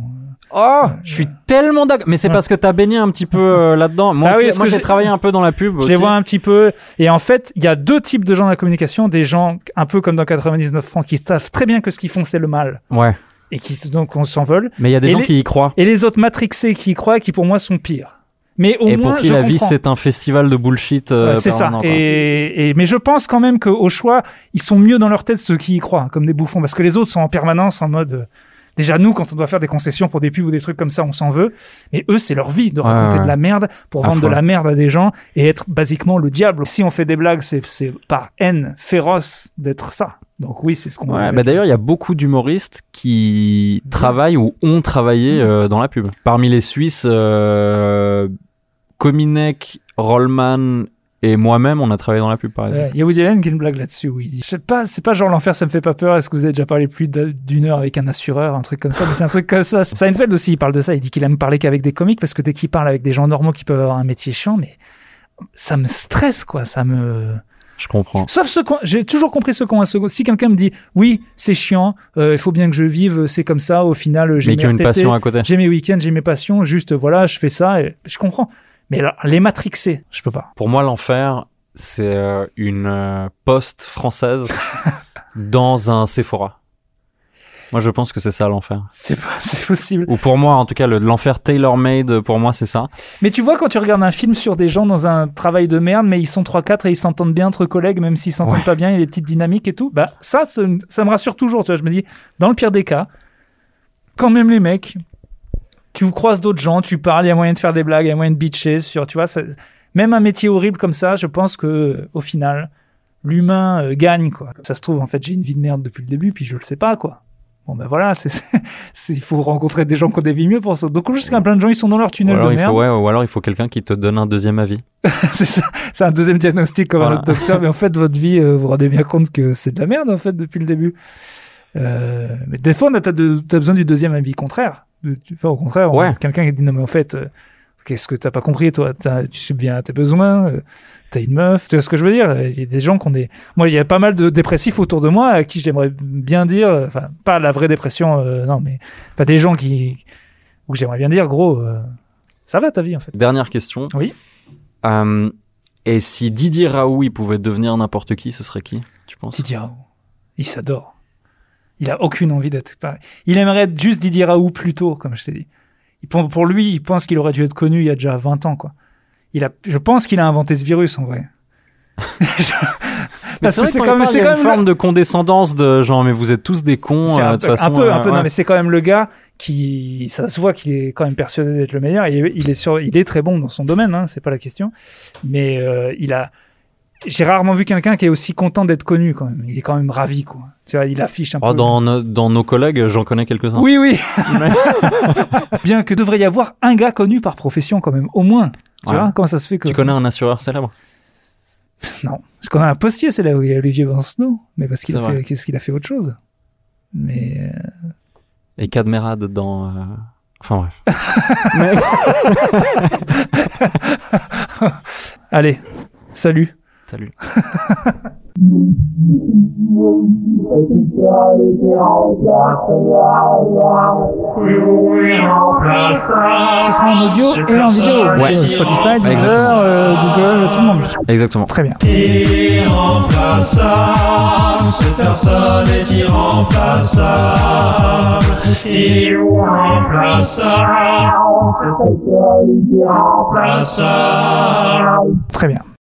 [SPEAKER 2] Oh, je suis tellement d'accord. Mais c'est
[SPEAKER 4] Ouais.
[SPEAKER 2] parce que t'as baigné un petit peu euh, là-dedans. Moi,
[SPEAKER 4] Ah
[SPEAKER 2] aussi-
[SPEAKER 4] oui, parce
[SPEAKER 2] moi
[SPEAKER 4] que
[SPEAKER 2] j'ai
[SPEAKER 4] j'ai-
[SPEAKER 2] travaillé un peu dans la pub.
[SPEAKER 4] Je les vois un petit peu. Et en fait, il y a deux types de gens dans la communication. Des gens, un peu comme dans 99 francs, qui savent très bien que ce qu'ils font, c'est le mal.
[SPEAKER 2] Ouais.
[SPEAKER 4] Et qui, donc, on s'envole.
[SPEAKER 2] Mais il y a des
[SPEAKER 4] Et
[SPEAKER 2] gens
[SPEAKER 4] les-
[SPEAKER 2] qui y croient.
[SPEAKER 4] Et les autres matrixés qui y croient, qui pour moi sont pires. Mais au
[SPEAKER 2] et
[SPEAKER 4] moins,
[SPEAKER 2] pour qui
[SPEAKER 4] je
[SPEAKER 2] la vie,
[SPEAKER 4] comprends.
[SPEAKER 2] c'est un festival de bullshit. euh,
[SPEAKER 4] Ouais, c'est ça.
[SPEAKER 2] permanent, quoi.
[SPEAKER 4] Et, et- mais je pense quand même qu'au choix, ils sont mieux dans leur tête ceux qui y croient, hein, comme des bouffons, parce que les autres sont en permanence en mode. euh, Déjà nous, quand on doit faire des concessions pour des pubs ou des trucs comme ça, on s'en veut. Mais eux, c'est leur vie de
[SPEAKER 2] Ouais,
[SPEAKER 4] raconter
[SPEAKER 2] ouais.
[SPEAKER 4] de la merde pour
[SPEAKER 2] À
[SPEAKER 4] vendre
[SPEAKER 2] fond.
[SPEAKER 4] de la merde à des gens et être basiquement le diable. Si on fait des blagues, c'est c'est par haine féroce d'être ça. Donc oui, c'est ce qu'on.
[SPEAKER 2] Ouais, bah d'ailleurs, il y a beaucoup d'humoristes qui travaillent ou ont travaillé
[SPEAKER 4] Mm.
[SPEAKER 2] euh, dans la pub. Parmi les Suisses, euh, Kominek, Rollman et moi-même, on a travaillé dans la pub, par
[SPEAKER 4] Ouais,
[SPEAKER 2] exemple.
[SPEAKER 4] Il y a Woody Allen qui a une blague là-dessus où il dit, je sais pas, c'est pas genre l'enfer, ça me fait pas peur. Est-ce que vous avez déjà parlé plus d'un- d'une heure avec un assureur, un truc comme ça Mais c'est un truc comme ça. Seinfeld aussi, il parle de ça. Il dit qu'il aime parler qu'avec des comiques parce que dès qu'il parle avec des gens normaux qui peuvent avoir un métier chiant, mais ça me stresse quoi. Ça me.
[SPEAKER 2] Je comprends.
[SPEAKER 4] Sauf ceux qu'on- j'ai toujours compris ceux qui ont un second. Si quelqu'un me dit, oui, c'est chiant, euh, il faut bien que je vive, c'est comme ça. Au final, j'ai
[SPEAKER 2] Mais
[SPEAKER 4] mes
[SPEAKER 2] qui ont une
[SPEAKER 4] RTT,
[SPEAKER 2] passion à côté.
[SPEAKER 4] j'ai mes week-ends, j'ai mes passions. Juste voilà, je fais ça. Et je comprends. Mais alors, les matrixer, je peux pas.
[SPEAKER 2] Pour moi, l'enfer, c'est euh, une euh, poste française dans un Sephora. Moi, je pense que c'est ça l'enfer.
[SPEAKER 4] C'est pas, c'est possible.
[SPEAKER 2] Ou pour moi, en tout cas, le- l'enfer tailor-made, pour moi, c'est ça.
[SPEAKER 4] Mais tu vois, quand tu regardes un film sur des gens dans un travail de merde, mais ils sont 3-4 et ils s'entendent bien entre collègues, même s'ils s'entendent pas bien, il y a des petites dynamiques et tout, bah ça, ça, ça me rassure toujours. Tu vois, je me dis, dans le pire des cas, quand même les mecs, tu croises d'autres gens, tu parles, il y a moyen de faire des blagues, il y a moyen de bitcher sur, tu vois, ça- même un métier horrible comme ça, je pense que au final, l'humain euh, gagne, quoi. Ça se trouve, en fait, j'ai une vie de merde depuis le début, puis je le sais pas, quoi. Bon ben voilà, c'est- c'est- c'est- il faut rencontrer des gens qui ont des vies mieux pour ça. Donc jusqu'à plein de gens ils sont dans leur
[SPEAKER 2] Ou
[SPEAKER 4] tunnel
[SPEAKER 2] alors,
[SPEAKER 4] de
[SPEAKER 2] il faut,
[SPEAKER 4] merde.
[SPEAKER 2] ouais, ou alors il faut quelqu'un qui te donne un deuxième avis.
[SPEAKER 4] c'est ça. C'est un deuxième diagnostic comme un
[SPEAKER 2] Voilà.
[SPEAKER 4] autre docteur, mais en fait votre vie, euh, vous vous rendez bien compte que c'est de la merde en fait depuis le début. Euh, mais des fois, on a- t'as de- t'as besoin du deuxième avis contraire. De- tu- Enfin, au contraire, on-
[SPEAKER 2] Ouais.
[SPEAKER 4] quelqu'un qui dit non mais en fait, euh, qu'est-ce que t'as pas compris toi T'as- Tu subviens à tes besoins, euh, t'as une meuf, tu vois ce que je veux dire Il y a des gens qui ont des, moi il y a pas mal de dépressifs autour de moi à qui j'aimerais bien dire, euh, enfin pas la vraie dépression, euh, non mais enfin des gens qui où j'aimerais bien dire gros, euh, ça va ta vie en fait.
[SPEAKER 2] Dernière question.
[SPEAKER 4] Oui.
[SPEAKER 2] Euh, et si Didier Raoult il pouvait devenir n'importe qui, ce serait qui, tu penses
[SPEAKER 4] Didier Raoult. Il s'adore. Il a aucune envie d'être pareil. Il aimerait être juste Didier Raoult plus tôt, comme je t'ai dit. Il, pour, pour lui, il pense qu'il aurait dû être connu il y a déjà 20 ans, quoi. Il a, je pense qu'il a inventé ce virus, en vrai.
[SPEAKER 2] Mais c'est vrai
[SPEAKER 4] Parce que c'est
[SPEAKER 2] qu'on
[SPEAKER 4] quand
[SPEAKER 2] y
[SPEAKER 4] même,
[SPEAKER 2] parle,
[SPEAKER 4] c'est
[SPEAKER 2] il y a
[SPEAKER 4] quand
[SPEAKER 2] une
[SPEAKER 4] même
[SPEAKER 2] forme de condescendance de genre mais vous êtes tous des cons
[SPEAKER 4] C'est
[SPEAKER 2] euh,
[SPEAKER 4] un
[SPEAKER 2] de
[SPEAKER 4] peu,
[SPEAKER 2] toute façon.
[SPEAKER 4] un peu, un
[SPEAKER 2] euh,
[SPEAKER 4] peu, non,
[SPEAKER 2] ouais.
[SPEAKER 4] mais c'est quand même le gars qui, ça se voit qu'il est quand même persuadé d'être le meilleur. Il, est- il est sur, il est très bon dans son domaine, hein, c'est pas la question. Mais euh, il a, j'ai rarement vu quelqu'un qui est aussi content d'être connu quand même. Il est quand même ravi, quoi. Tu vois, il affiche un
[SPEAKER 2] Oh,
[SPEAKER 4] peu.
[SPEAKER 2] dans, nos- dans nos collègues, j'en connais quelques-uns.
[SPEAKER 4] Oui, oui. Bien que devrait y avoir un gars connu par profession quand même, au moins. Tu
[SPEAKER 2] Ouais.
[SPEAKER 4] vois, comment ça se fait que...
[SPEAKER 2] Tu connais un assureur célèbre
[SPEAKER 4] Non. Je connais un postier, c'est là où il y a Olivier Besancenot. Mais parce qu'il
[SPEAKER 2] C'est
[SPEAKER 4] a,
[SPEAKER 2] vrai.
[SPEAKER 4] fait- qu'est-ce qu'il a fait autre chose. Mais... euh,
[SPEAKER 2] et Cadmerade dans. euh, Enfin bref.
[SPEAKER 4] Allez, salut.
[SPEAKER 2] Salut.
[SPEAKER 4] Ce sera en audio et en vidéo.
[SPEAKER 2] Ouais.
[SPEAKER 4] Spotify,
[SPEAKER 2] Exactement.
[SPEAKER 4] Deezer, euh, Google, tout le monde.
[SPEAKER 2] Exactement.
[SPEAKER 4] Très bien.
[SPEAKER 1] Irremplaçable, cette personne est irremplaçable. Irremplaçable, cette personne est irremplaçable.
[SPEAKER 4] Très bien.